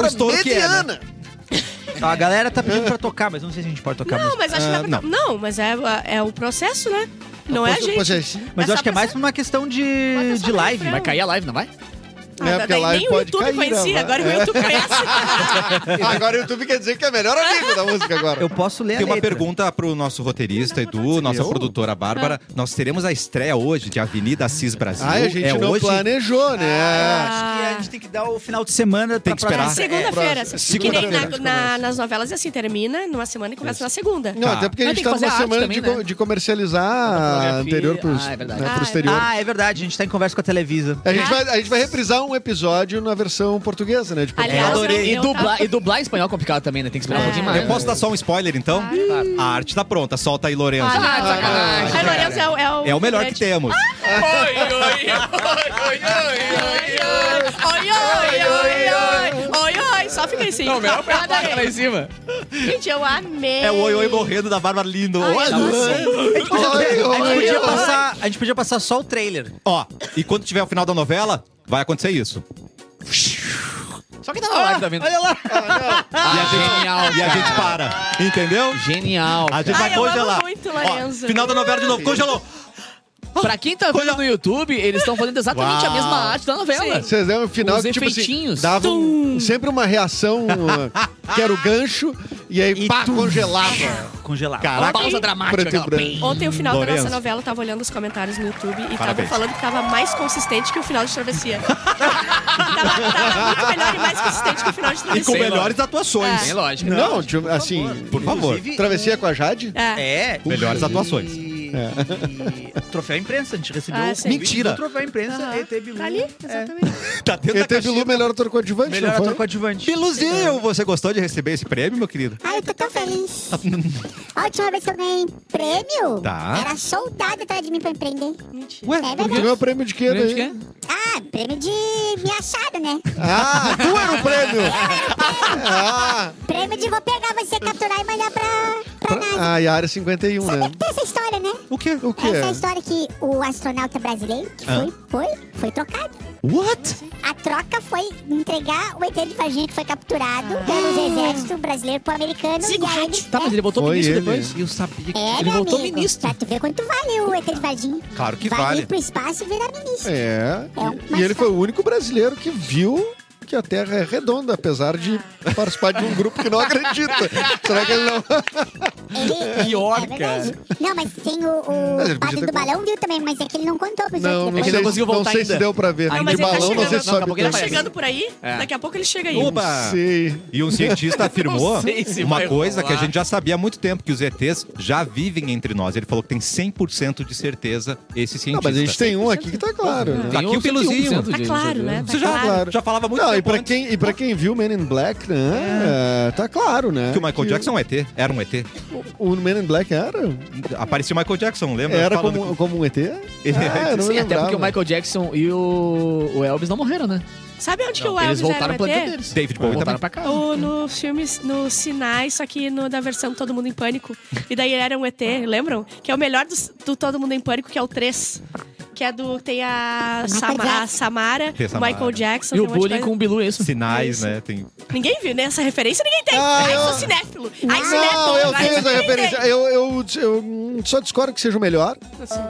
Speaker 1: o estouro que é. né?
Speaker 5: ó, a galera tá pedindo pra tocar, mas não sei se a gente pode tocar
Speaker 3: Não,
Speaker 5: música.
Speaker 3: mas acho que
Speaker 1: Ah,
Speaker 3: dá pra...
Speaker 1: não.
Speaker 3: não. mas é, é o processo, né? Não é a
Speaker 4: Poxa,
Speaker 3: gente.
Speaker 4: poxa, sim.
Speaker 5: Mas eu
Speaker 3: é
Speaker 5: acho
Speaker 3: só
Speaker 5: que é
Speaker 3: pra
Speaker 5: mais por uma questão
Speaker 3: Bota
Speaker 5: de,
Speaker 3: só
Speaker 5: de
Speaker 3: na
Speaker 5: live. né?
Speaker 3: frente.
Speaker 2: Vai cair a live, não vai?
Speaker 4: É,
Speaker 3: da-
Speaker 4: porque
Speaker 3: daí
Speaker 4: lá
Speaker 3: Ah, nem o
Speaker 4: pode
Speaker 3: YouTube
Speaker 4: cair,
Speaker 3: conhecia,
Speaker 4: né?
Speaker 3: agora o YouTube conhece.
Speaker 4: Agora o YouTube quer dizer que é o melhor amigo da música agora.
Speaker 5: Eu posso ler
Speaker 1: Tem
Speaker 5: a
Speaker 1: uma
Speaker 5: letra.
Speaker 1: pergunta pro nosso roteirista Edu, nossa
Speaker 4: Eu?
Speaker 1: produtora Bárbara.
Speaker 3: Ah.
Speaker 1: Nós teremos a estreia hoje de Avenida Assis Brasil.
Speaker 4: Ai, a gente
Speaker 1: é
Speaker 4: não
Speaker 1: hoje. Ah,
Speaker 4: planejou, né?
Speaker 5: Acho que a gente tem que dar o final de semana
Speaker 1: Tem
Speaker 5: pra
Speaker 1: que esperar.
Speaker 5: pra-
Speaker 3: Segunda-feira. assim.
Speaker 4: É,
Speaker 3: que nem
Speaker 4: segunda-feira
Speaker 3: na-
Speaker 4: que
Speaker 3: na-
Speaker 4: começa.
Speaker 3: nas novelas é assim, termina numa semana e começa na segunda. Ah,
Speaker 4: Não,
Speaker 1: Tá.
Speaker 4: até porque a
Speaker 2: Mas
Speaker 4: gente
Speaker 2: tem
Speaker 4: tá
Speaker 2: que fazer
Speaker 4: numa
Speaker 2: a arte
Speaker 4: semana
Speaker 2: também,
Speaker 4: de, co-
Speaker 2: né?
Speaker 4: de comercializar
Speaker 2: fotografia.
Speaker 4: a anterior pros,
Speaker 2: Ah, é verdade.
Speaker 4: né, pro
Speaker 3: Ah, é
Speaker 4: exterior.
Speaker 5: Ah, é verdade. A gente tá em conversa com a Televisa.
Speaker 4: A gente, vai, a gente vai reprisar um episódio na versão portuguesa, né? De Portugal.
Speaker 3: Aliás,
Speaker 1: Adorei.
Speaker 3: eu-
Speaker 2: E
Speaker 3: eu
Speaker 2: dublar,
Speaker 3: tava-
Speaker 2: e dublar em espanhol é complicado também, né? Tem que esperar um
Speaker 3: É.
Speaker 2: pouquinho mais.
Speaker 1: Eu posso dar só um spoiler, então? A arte tá pronta, solta aí, Lorenzo.
Speaker 2: Ah, de sacanagem.
Speaker 3: Ai, Lourenço é o.
Speaker 1: É o melhor que temos.
Speaker 2: Oi, oi,
Speaker 3: Oi, oi, oi, oi, oi, oi, oi, só fica assim.
Speaker 2: Não, o melhor foi a
Speaker 3: Adorei.
Speaker 2: placa lá em cima.
Speaker 3: Gente, eu amei.
Speaker 1: É o Oi Oi Morrendo da Bárbara Lindo.
Speaker 3: Ai, nossa.
Speaker 5: A gente podia,
Speaker 4: Oi,
Speaker 5: a gente
Speaker 4: oi,
Speaker 5: podia
Speaker 4: oi.
Speaker 5: passar, a gente podia passar só o trailer.
Speaker 1: Ó, e quando tiver o final da novela, vai acontecer isso.
Speaker 2: Só quem tá na live tá vendo. Ah,
Speaker 5: Olha lá.
Speaker 1: e a gente,
Speaker 2: genial,
Speaker 1: Ah. e a
Speaker 2: cara.
Speaker 1: gente para. Entendeu?
Speaker 2: Genial.
Speaker 1: A gente
Speaker 3: Ai,
Speaker 1: vai
Speaker 3: eu amo
Speaker 1: congelar.
Speaker 3: muito,
Speaker 1: Ó,
Speaker 3: Lorenzo.
Speaker 1: final da novela de novo, congelou.
Speaker 2: Pra quem tá vendo no YouTube, eles estão fazendo exatamente a mesma arte da novela.
Speaker 4: Vocês lembram o final
Speaker 2: Os
Speaker 4: que, tipo assim,
Speaker 2: efeitinhos.
Speaker 4: dava um- sempre uma reação, uh, que era o gancho, e aí,
Speaker 5: E
Speaker 4: pá,
Speaker 5: tum.
Speaker 4: congelava.
Speaker 5: Congelado.
Speaker 2: Uma
Speaker 4: Caraca,
Speaker 2: pausa dramática.
Speaker 4: preto e
Speaker 2: aquela
Speaker 4: branco.
Speaker 3: Ontem, o final da
Speaker 1: Lourenço.
Speaker 3: nossa novela, eu tava olhando os comentários no YouTube e tava
Speaker 1: Parabéns.
Speaker 3: falando que tava mais consistente que o final de Travessia. tava, tava muito melhor e mais consistente que o final de
Speaker 1: E com
Speaker 3: Travessia.
Speaker 1: melhores atuações.
Speaker 2: Bem né? lógico.
Speaker 4: Não, tipo, assim,
Speaker 1: Por favor.
Speaker 4: inclusive, Travessia com a Jade?
Speaker 3: É.
Speaker 5: É.
Speaker 1: Melhores atuações.
Speaker 5: E, e troféu imprensa, a gente recebeu
Speaker 3: Ah,
Speaker 5: o
Speaker 3: sim.
Speaker 5: convite
Speaker 1: Mentira.
Speaker 5: do troféu imprensa um
Speaker 3: Aham.
Speaker 5: ET Bilu.
Speaker 3: Tá ali, exatamente.
Speaker 1: Tá dentro da
Speaker 4: E teve
Speaker 1: caixinha.
Speaker 4: Lu melhor ator coadjuvante,
Speaker 5: Melhor
Speaker 4: não foi?
Speaker 5: ator coadjuvante.
Speaker 1: Biluzinho, você gostou de receber esse prêmio, meu querido?
Speaker 8: Ai, eu tô tão feliz. A última vez que eu ganhei prêmio,
Speaker 1: Tá.
Speaker 8: era soldado atrás de mim pra empreender.
Speaker 3: Mentira.
Speaker 1: Ué,
Speaker 8: É
Speaker 1: por
Speaker 4: Tu
Speaker 1: quê?
Speaker 8: verdade.
Speaker 4: ganhou o prêmio de quê daí?
Speaker 2: Grande que
Speaker 8: Ah, prêmio de me achada, né?
Speaker 4: Ah, tu era o prêmio! ah,
Speaker 8: Prêmio de vou pegar você, capturar e mandar pra, pra NASA.
Speaker 4: pra- ah, e a área 51,
Speaker 8: Sabe
Speaker 4: né?
Speaker 8: que tem essa história, né?
Speaker 4: O quê? O quê?
Speaker 8: Essa é a história que o astronauta brasileiro que foi, foi, foi trocado.
Speaker 1: What?
Speaker 8: A troca foi entregar o ET de Varginha que foi capturado pelos exércitos brasileiro pro americano.
Speaker 2: é.
Speaker 8: e aí ele,
Speaker 2: Tá, mas ele voltou
Speaker 4: Foi
Speaker 2: ministro
Speaker 4: ele.
Speaker 2: depois. Eu sabia que
Speaker 8: É,
Speaker 2: ele
Speaker 8: meu
Speaker 2: voltou
Speaker 8: amigo,
Speaker 2: ministro.
Speaker 8: Pra tu ver quanto vale o ET de Varginha.
Speaker 1: Claro que
Speaker 8: Vai
Speaker 1: vale.
Speaker 8: ir pro espaço e virar ministro.
Speaker 4: É.
Speaker 8: É,
Speaker 4: E,
Speaker 8: mas
Speaker 4: e ele
Speaker 8: tá-
Speaker 4: foi o único brasileiro que viu que a Terra é redonda, apesar de participar de um grupo que não acredita. Será que ele não.
Speaker 3: é
Speaker 8: Ele,
Speaker 2: Pior,
Speaker 8: é verdade. Não, mas tem o,
Speaker 4: Mas
Speaker 8: o
Speaker 4: ele podia
Speaker 8: padre
Speaker 4: ter
Speaker 8: do balão, viu também, mas é que ele não contou pros
Speaker 4: Não,
Speaker 8: outros
Speaker 4: não
Speaker 8: depois.
Speaker 2: ele
Speaker 4: sei,
Speaker 2: não conseguiu voltar
Speaker 4: não sei
Speaker 2: ainda.
Speaker 4: se deu pra ver.
Speaker 3: tá Não,
Speaker 4: de
Speaker 3: mas ele tá
Speaker 4: balão
Speaker 3: chegando,
Speaker 4: você
Speaker 3: não,
Speaker 2: daqui a
Speaker 4: sobe.
Speaker 2: pouco
Speaker 4: o
Speaker 2: ele
Speaker 3: Tá
Speaker 4: tanque.
Speaker 2: aparece.
Speaker 3: chegando por aí,
Speaker 2: É.
Speaker 3: daqui a pouco ele chega aí. Tá
Speaker 1: Oba!
Speaker 4: Sei.
Speaker 1: E um cientista afirmou
Speaker 2: sei se vai
Speaker 1: uma coisa
Speaker 2: rolar.
Speaker 1: que a gente já sabia há muito tempo, que os ETs já vivem entre nós. Ele falou que tem 100% de certeza esse
Speaker 4: Não,
Speaker 1: cientista.
Speaker 4: mas a gente tem um aqui que tá claro. né?
Speaker 1: Tá aqui o Biluzinho.
Speaker 2: 101%
Speaker 3: Tá
Speaker 2: de-
Speaker 3: claro, né?
Speaker 1: Você
Speaker 3: Tá
Speaker 1: já,
Speaker 4: claro.
Speaker 1: já falava muito
Speaker 4: Não, e
Speaker 1: tempo
Speaker 4: pra,
Speaker 1: antes
Speaker 4: quem, e pra quem viu Men in Black, né? é, tá claro, né?
Speaker 1: que o Michael Jackson é um ET. Era um ET.
Speaker 4: O Men in Black era?
Speaker 1: Aparecia o Michael Jackson, lembra?
Speaker 4: Era
Speaker 1: Falando
Speaker 4: como, como um
Speaker 5: É,
Speaker 4: ET?
Speaker 1: Ele-
Speaker 4: Ah, eu não
Speaker 2: Sim, até porque
Speaker 4: lembrava.
Speaker 2: o Michael Jackson e o, o Elvis não morreram, né?
Speaker 3: Sabe onde que o Elvis
Speaker 2: Eles voltaram
Speaker 3: era
Speaker 2: pro
Speaker 3: o
Speaker 2: planeta
Speaker 3: ET?
Speaker 2: deles.
Speaker 1: David Bowie
Speaker 2: voltaram
Speaker 1: também.
Speaker 2: pra casa.
Speaker 3: Ou no filme, no Sinais, só que no, da versão Todo Mundo em Pânico. E daí ele era um ET, lembram? Que é o melhor dos- do, Todo Mundo em Pânico, que é o 3. Que é do. Tem a, Sama- a Samara,
Speaker 1: Tem a
Speaker 3: o
Speaker 1: Samara.
Speaker 3: Michael Jackson.
Speaker 2: E
Speaker 3: tem
Speaker 2: o
Speaker 3: um monte de
Speaker 2: bullying com
Speaker 3: coisa.
Speaker 2: o Bilu, é isso.
Speaker 1: Sinais, né? Tem...
Speaker 3: Ninguém viu, né? Essa referência ninguém tem.
Speaker 4: Ah,
Speaker 3: Ai,
Speaker 4: eu-
Speaker 3: sou cinéfilo. Ai,
Speaker 4: Não,
Speaker 3: cinéfilo.
Speaker 4: eu
Speaker 3: Ai,
Speaker 4: tenho essa
Speaker 3: ninguém
Speaker 4: referência.
Speaker 3: tem.
Speaker 4: Eu, eu, eu, hum, só discordo que seja o melhor,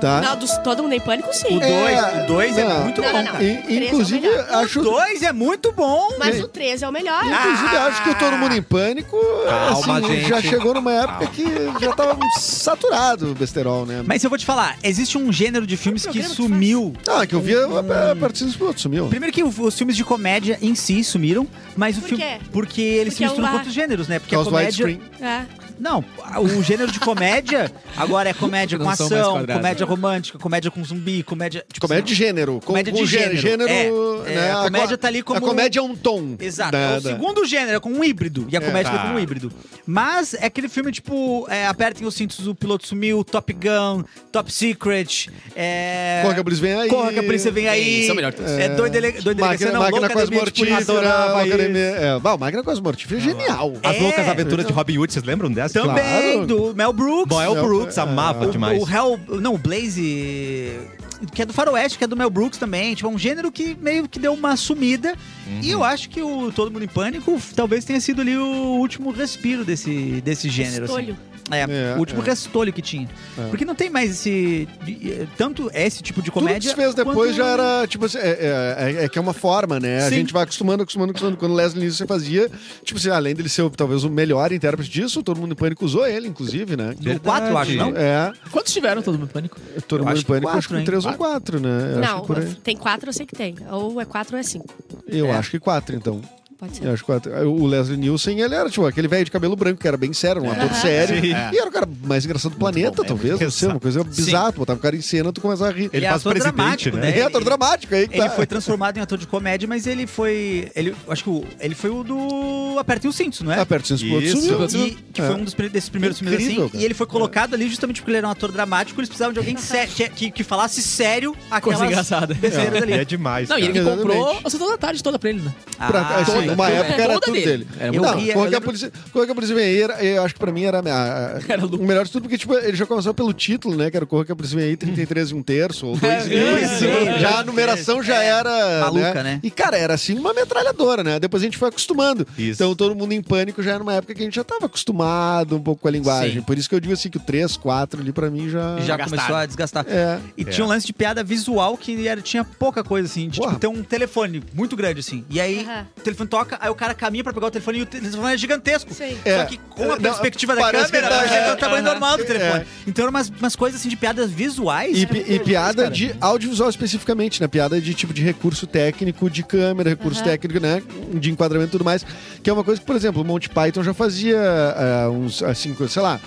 Speaker 4: tá?
Speaker 3: Não, dos Todo Mundo em Pânico, sim.
Speaker 5: O dois, o dois é
Speaker 4: não.
Speaker 5: muito
Speaker 3: Não,
Speaker 5: bom.
Speaker 3: não, não.
Speaker 4: E-
Speaker 3: Três é o
Speaker 4: inclusive,
Speaker 3: melhor.
Speaker 5: O
Speaker 4: acho...
Speaker 5: dois é muito bom.
Speaker 3: Mas o 3 é o melhor.
Speaker 4: Inclusive, acho que o Todo Mundo em Pânico
Speaker 1: Calma,
Speaker 4: assim,
Speaker 1: gente.
Speaker 4: já chegou numa época
Speaker 1: Calma.
Speaker 4: que já tava saturado o besterol, né?
Speaker 5: Mas eu vou te falar, existe um gênero de filmes que sumiu.
Speaker 4: Ah, que eu vi a, a partir dos pilotos, sumiu.
Speaker 5: Hum. Primeiro que o- os filmes de comédia em si sumiram, mas o
Speaker 3: Por
Speaker 5: filme.
Speaker 3: quê?
Speaker 5: Porque eles se
Speaker 3: Porque é um
Speaker 5: misturam com
Speaker 3: lá.
Speaker 5: outros gêneros, né? Porque
Speaker 4: Por
Speaker 5: a
Speaker 4: causa do
Speaker 5: comédia.
Speaker 4: widescreen.
Speaker 3: É.
Speaker 5: Não, o gênero de comédia agora é comédia com
Speaker 2: Não são mais
Speaker 5: ação,
Speaker 2: quadrados. né?
Speaker 5: comédia romântica, comédia com zumbi, comédia. tipo,
Speaker 4: Comédia de gênero. Com,
Speaker 5: Comédia
Speaker 4: com
Speaker 5: de
Speaker 4: gê-
Speaker 5: gênero, é. É,
Speaker 4: né?
Speaker 5: a
Speaker 4: co-
Speaker 5: comédia tá ali como
Speaker 4: A comédia é um tom.
Speaker 5: Exato.
Speaker 4: da-
Speaker 5: é o
Speaker 4: da-
Speaker 5: segundo gênero, é com um híbrido. E a
Speaker 4: É.
Speaker 5: comédia é,
Speaker 1: Tá.
Speaker 5: com um híbrido. Mas é aquele filme, tipo, é, apertem os cintos, o piloto sumiu, Top Gun, Top Secret, é...
Speaker 4: Corre que a polícia vem aí.
Speaker 5: Corra que a polícia vem aí.
Speaker 2: Isso é o melhor que tem.
Speaker 5: É, doido ele... doido
Speaker 4: Máquina,
Speaker 5: Delegacia, não, é
Speaker 4: máquina
Speaker 5: Louca tipo,
Speaker 4: com
Speaker 5: Academia
Speaker 4: as
Speaker 5: de Polícia,
Speaker 4: mortíferas.
Speaker 5: adorava isso.
Speaker 4: É, bah, o máquina com as mortíferas é genial.
Speaker 1: As
Speaker 5: É.
Speaker 1: Loucas Aventuras de Robin Hood, vocês lembram dessa?
Speaker 5: Também,
Speaker 4: Claro.
Speaker 5: do Mel Brooks.
Speaker 1: Noel
Speaker 4: Não,
Speaker 1: Brooks
Speaker 4: é.
Speaker 1: amava
Speaker 5: o,
Speaker 1: demais.
Speaker 5: o Hell... Não, o Blaze... Que é do faroeste, que é do Mel Brooks também. Tipo, é um gênero que meio que deu uma sumida. E
Speaker 4: Uhum.
Speaker 5: eu acho que o Todo Mundo em Pânico talvez tenha sido ali o último respiro desse, desse gênero. assim.
Speaker 3: Estolho.
Speaker 5: É,
Speaker 4: É,
Speaker 5: o último
Speaker 4: é.
Speaker 5: restolho que tinha.
Speaker 4: É.
Speaker 5: Porque não tem mais esse. de- eh, Tanto esse tipo de
Speaker 4: Tudo que
Speaker 5: comédia.
Speaker 4: se fez depois
Speaker 5: quanto- um-
Speaker 4: já era, tipo assim, é, é- é- é que é uma forma, né? A
Speaker 5: Sim.
Speaker 4: gente vai acostumando, acostumando, acostumando. Quando o Leslie Nielsen fazia, tipo assim, além dele ser o- talvez o melhor intérprete disso, todo mundo em pânico usou ele, inclusive, né?
Speaker 5: No 4, acho, não?
Speaker 4: É,
Speaker 2: Quantos tiveram todo mundo pânico?
Speaker 4: todo
Speaker 5: Eu
Speaker 4: mundo
Speaker 5: acho
Speaker 4: em
Speaker 5: que
Speaker 4: pânico,
Speaker 5: quatro,
Speaker 4: acho que
Speaker 5: hein?
Speaker 4: 3 ou 4, né? Eu acho
Speaker 3: Não,
Speaker 4: que por aí.
Speaker 3: tem 4 eu sei que tem. Ou é 4 ou é 5.
Speaker 4: Eu
Speaker 5: É.
Speaker 4: acho que 4, então.
Speaker 3: Pode ser.
Speaker 4: Eu acho que quatro. O Leslie Nielsen, ele era, tipo, aquele velho de cabelo branco, que era bem sério, um ator sério. E era o cara mais engraçado do planeta,
Speaker 1: bom, é
Speaker 4: talvez.
Speaker 1: muito
Speaker 4: Não sei, uma coisa bizarra. Tu botava o cara em cena, tu começava a rir.
Speaker 1: Ele
Speaker 5: é
Speaker 1: faz o
Speaker 5: ator
Speaker 1: presidente,
Speaker 5: dramático,
Speaker 1: né?
Speaker 5: né?
Speaker 4: É ator dramático aí que
Speaker 5: Ele
Speaker 4: tá.
Speaker 5: foi transformado em ator de comédia, mas ele foi. Ele, acho que o- ele foi o do. Apertem os cintos, não é?
Speaker 4: Aperta os pontos,
Speaker 1: Isso.
Speaker 4: sumiu.
Speaker 5: E- que foi um dos, pri- desses primeiros filmes
Speaker 4: É. Incrível,
Speaker 5: assim.
Speaker 4: cara. É.
Speaker 5: E ele foi colocado ali justamente porque ele era um ator dramático. Eles precisavam de alguém sé- que, que, que falasse sério aquelas
Speaker 2: Coisa engraçada.
Speaker 5: besteiras
Speaker 1: E
Speaker 5: ali.
Speaker 1: é demais,
Speaker 2: Não, e
Speaker 1: cara.
Speaker 2: ele que comprou
Speaker 4: Exatamente.
Speaker 2: a sessão da tarde toda pra ele, né?
Speaker 4: Pra-
Speaker 5: Ah,
Speaker 4: assim,
Speaker 5: sim.
Speaker 2: dele.
Speaker 4: Numa
Speaker 2: Tudo-
Speaker 4: época era
Speaker 2: toda
Speaker 4: tudo dele.
Speaker 2: Era
Speaker 4: Não,
Speaker 2: muito
Speaker 5: eu ria,
Speaker 4: Corra que a
Speaker 5: lembro-
Speaker 4: polícia, Corra que a polícia vem aí, era- eu acho que pra mim era, a minha, a-
Speaker 2: Era
Speaker 4: o melhor de tudo, porque tipo, ele já começou pelo título, né? Que era Corra que a polícia vem aí, 33 e um terço, ou 2 mil.
Speaker 5: é, é,
Speaker 4: já a numeração já era.
Speaker 5: Maluca, né?
Speaker 4: E cara, era assim uma metralhadora, né? Depois a gente foi acostumando. Então todo mundo em pânico já era uma época que a gente já tava acostumado um pouco com a linguagem.
Speaker 5: Sim.
Speaker 4: Por isso que eu digo assim que o 3, 4 ali pra mim já.
Speaker 5: já
Speaker 2: Gastaram.
Speaker 5: começou a desgastar.
Speaker 4: É.
Speaker 5: E tinha um lance de piada visual que era, tinha pouca coisa, assim. De,
Speaker 4: Porra.
Speaker 5: tipo, ter um telefone muito grande, assim. E aí,
Speaker 3: Aham.
Speaker 5: o telefone toca, aí o cara caminha pra pegar o telefone e o telefone é gigantesco.
Speaker 3: Sim.
Speaker 4: É.
Speaker 5: Só que com a
Speaker 4: Não,
Speaker 5: perspectiva da
Speaker 4: parece
Speaker 5: câmera,
Speaker 4: que tá-
Speaker 5: mas é,
Speaker 4: é,
Speaker 5: o tamanho
Speaker 6: aham.
Speaker 5: normal do telefone.
Speaker 4: É.
Speaker 5: Então eram umas, umas coisas, assim, de piadas visuais.
Speaker 4: E, pi- e piada de audiovisual especificamente, né? Piada de tipo de recurso técnico, de câmera, recurso técnico, né? De enquadramento e tudo mais. Que é uma coisa que, por exemplo, o Monty Python já fazia ah, uns, assim, sei lá,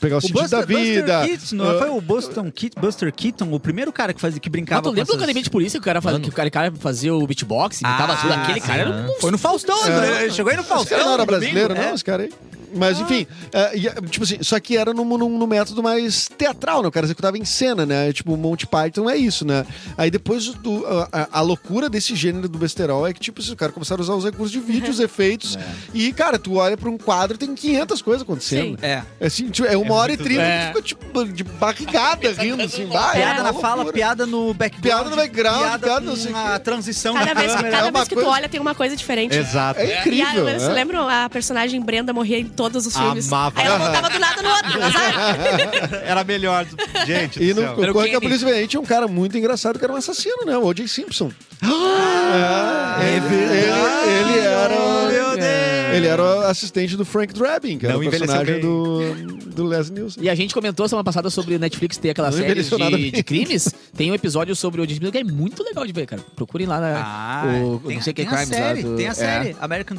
Speaker 4: pegar o,
Speaker 5: O
Speaker 4: sentido
Speaker 5: Buster,
Speaker 4: da vida.
Speaker 5: Buster Keaton, não é?
Speaker 4: Ah,
Speaker 5: foi o Buster, Keaton, Buster Keaton, o primeiro cara que, fazia, que
Speaker 2: Mas
Speaker 5: brincava
Speaker 2: tu
Speaker 5: com
Speaker 2: lembra do
Speaker 5: essas-
Speaker 2: academia de polícia que o cara, faz, que o cara, cara fazia o beatbox?
Speaker 5: Ah,
Speaker 2: Imitava tudo. Aquele
Speaker 5: sim.
Speaker 2: cara era um
Speaker 5: Foi no Faustão, né? Ele Chegou aí no
Speaker 4: Os caras
Speaker 5: Faustão.
Speaker 4: não eram
Speaker 5: no domingo,
Speaker 4: brasileiros,
Speaker 5: é.
Speaker 4: não, os caras aí. Mas enfim, é, e, é, tipo assim, só que era num, num- num método mais teatral, né? O cara executava em cena, né? Tipo, o Monty Python é isso, né? Aí depois do- a, a- a loucura desse gênero do besterol é que, tipo, os caras começaram a usar os recursos de vídeo, os efeitos.
Speaker 5: É.
Speaker 4: E, cara, tu olha pra um quadro tem 500 coisas acontecendo.
Speaker 2: um
Speaker 5: É.
Speaker 4: É assim, tipo, é uma hora e trinta
Speaker 2: é.
Speaker 4: que tu fica, tipo, de barrigada rindo, assim, vai. é
Speaker 5: Piada
Speaker 4: uma
Speaker 5: na fala,
Speaker 4: loucura.
Speaker 5: piada no background.
Speaker 4: Piada no background, piada
Speaker 5: com
Speaker 4: não sei o
Speaker 5: a
Speaker 4: quê.
Speaker 5: transição
Speaker 3: Cada
Speaker 5: da
Speaker 3: vez que,
Speaker 5: câmera.
Speaker 4: É
Speaker 3: cada
Speaker 4: uma
Speaker 3: vez que tu
Speaker 4: coisa-
Speaker 3: olha, tem uma coisa diferente.
Speaker 9: Exato.
Speaker 4: É
Speaker 3: E
Speaker 4: incrível.
Speaker 3: a, vocês
Speaker 4: né?
Speaker 3: lembram? A personagem Brenda morria em todos os filmes.
Speaker 9: Amava.
Speaker 3: Aí ela voltava do nada no outro, azar.
Speaker 9: Era melhor. Gente,
Speaker 4: E
Speaker 9: do
Speaker 4: no
Speaker 9: céu.
Speaker 2: Era o
Speaker 4: Corre que a
Speaker 2: Kenny.
Speaker 4: Polícia Vem Aí tinha um cara muito engraçado que era um assassino, né? O O.J. Simpson.
Speaker 9: é
Speaker 4: ele,
Speaker 9: verdade.
Speaker 4: ele, ele era o,
Speaker 5: Meu
Speaker 2: É.
Speaker 5: Deus.
Speaker 4: ele era o assistente do Frank Drabin, que era
Speaker 9: Não
Speaker 4: o
Speaker 9: envelheceu
Speaker 4: personagem
Speaker 9: bem.
Speaker 4: do, do Les Nielsen.
Speaker 2: E a gente comentou semana passada sobre o Netflix ter aquela
Speaker 4: Não
Speaker 2: série
Speaker 4: envelheceu nada
Speaker 2: de,
Speaker 4: bem.
Speaker 2: de crimes. Tem um episódio sobre o James Miller que é muito legal de ver, cara. Procurem lá na.
Speaker 5: Ah,
Speaker 2: é. o,
Speaker 5: tem-
Speaker 2: não sei o que
Speaker 5: tem
Speaker 2: Crimes
Speaker 5: a série,
Speaker 2: lá do-
Speaker 5: Tem
Speaker 2: é.
Speaker 5: a série. American,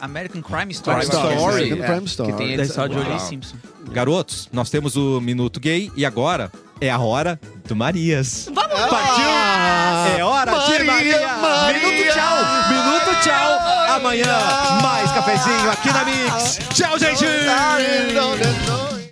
Speaker 5: American Crime Story.
Speaker 1: Crime Story.
Speaker 4: American
Speaker 1: é,
Speaker 4: Crime Story.
Speaker 2: Que tem
Speaker 5: Da história de
Speaker 2: Uau.
Speaker 5: O.J. Simpson.
Speaker 1: Garotos, nós temos o Minuto Gay e agora é a hora do Marias.
Speaker 3: Vamos lá.
Speaker 1: Partiu! é hora de Maria! Minuto tchau! Minuto tchau! Amanhã, mais cafezinho aqui na Mix! Tchau, gente!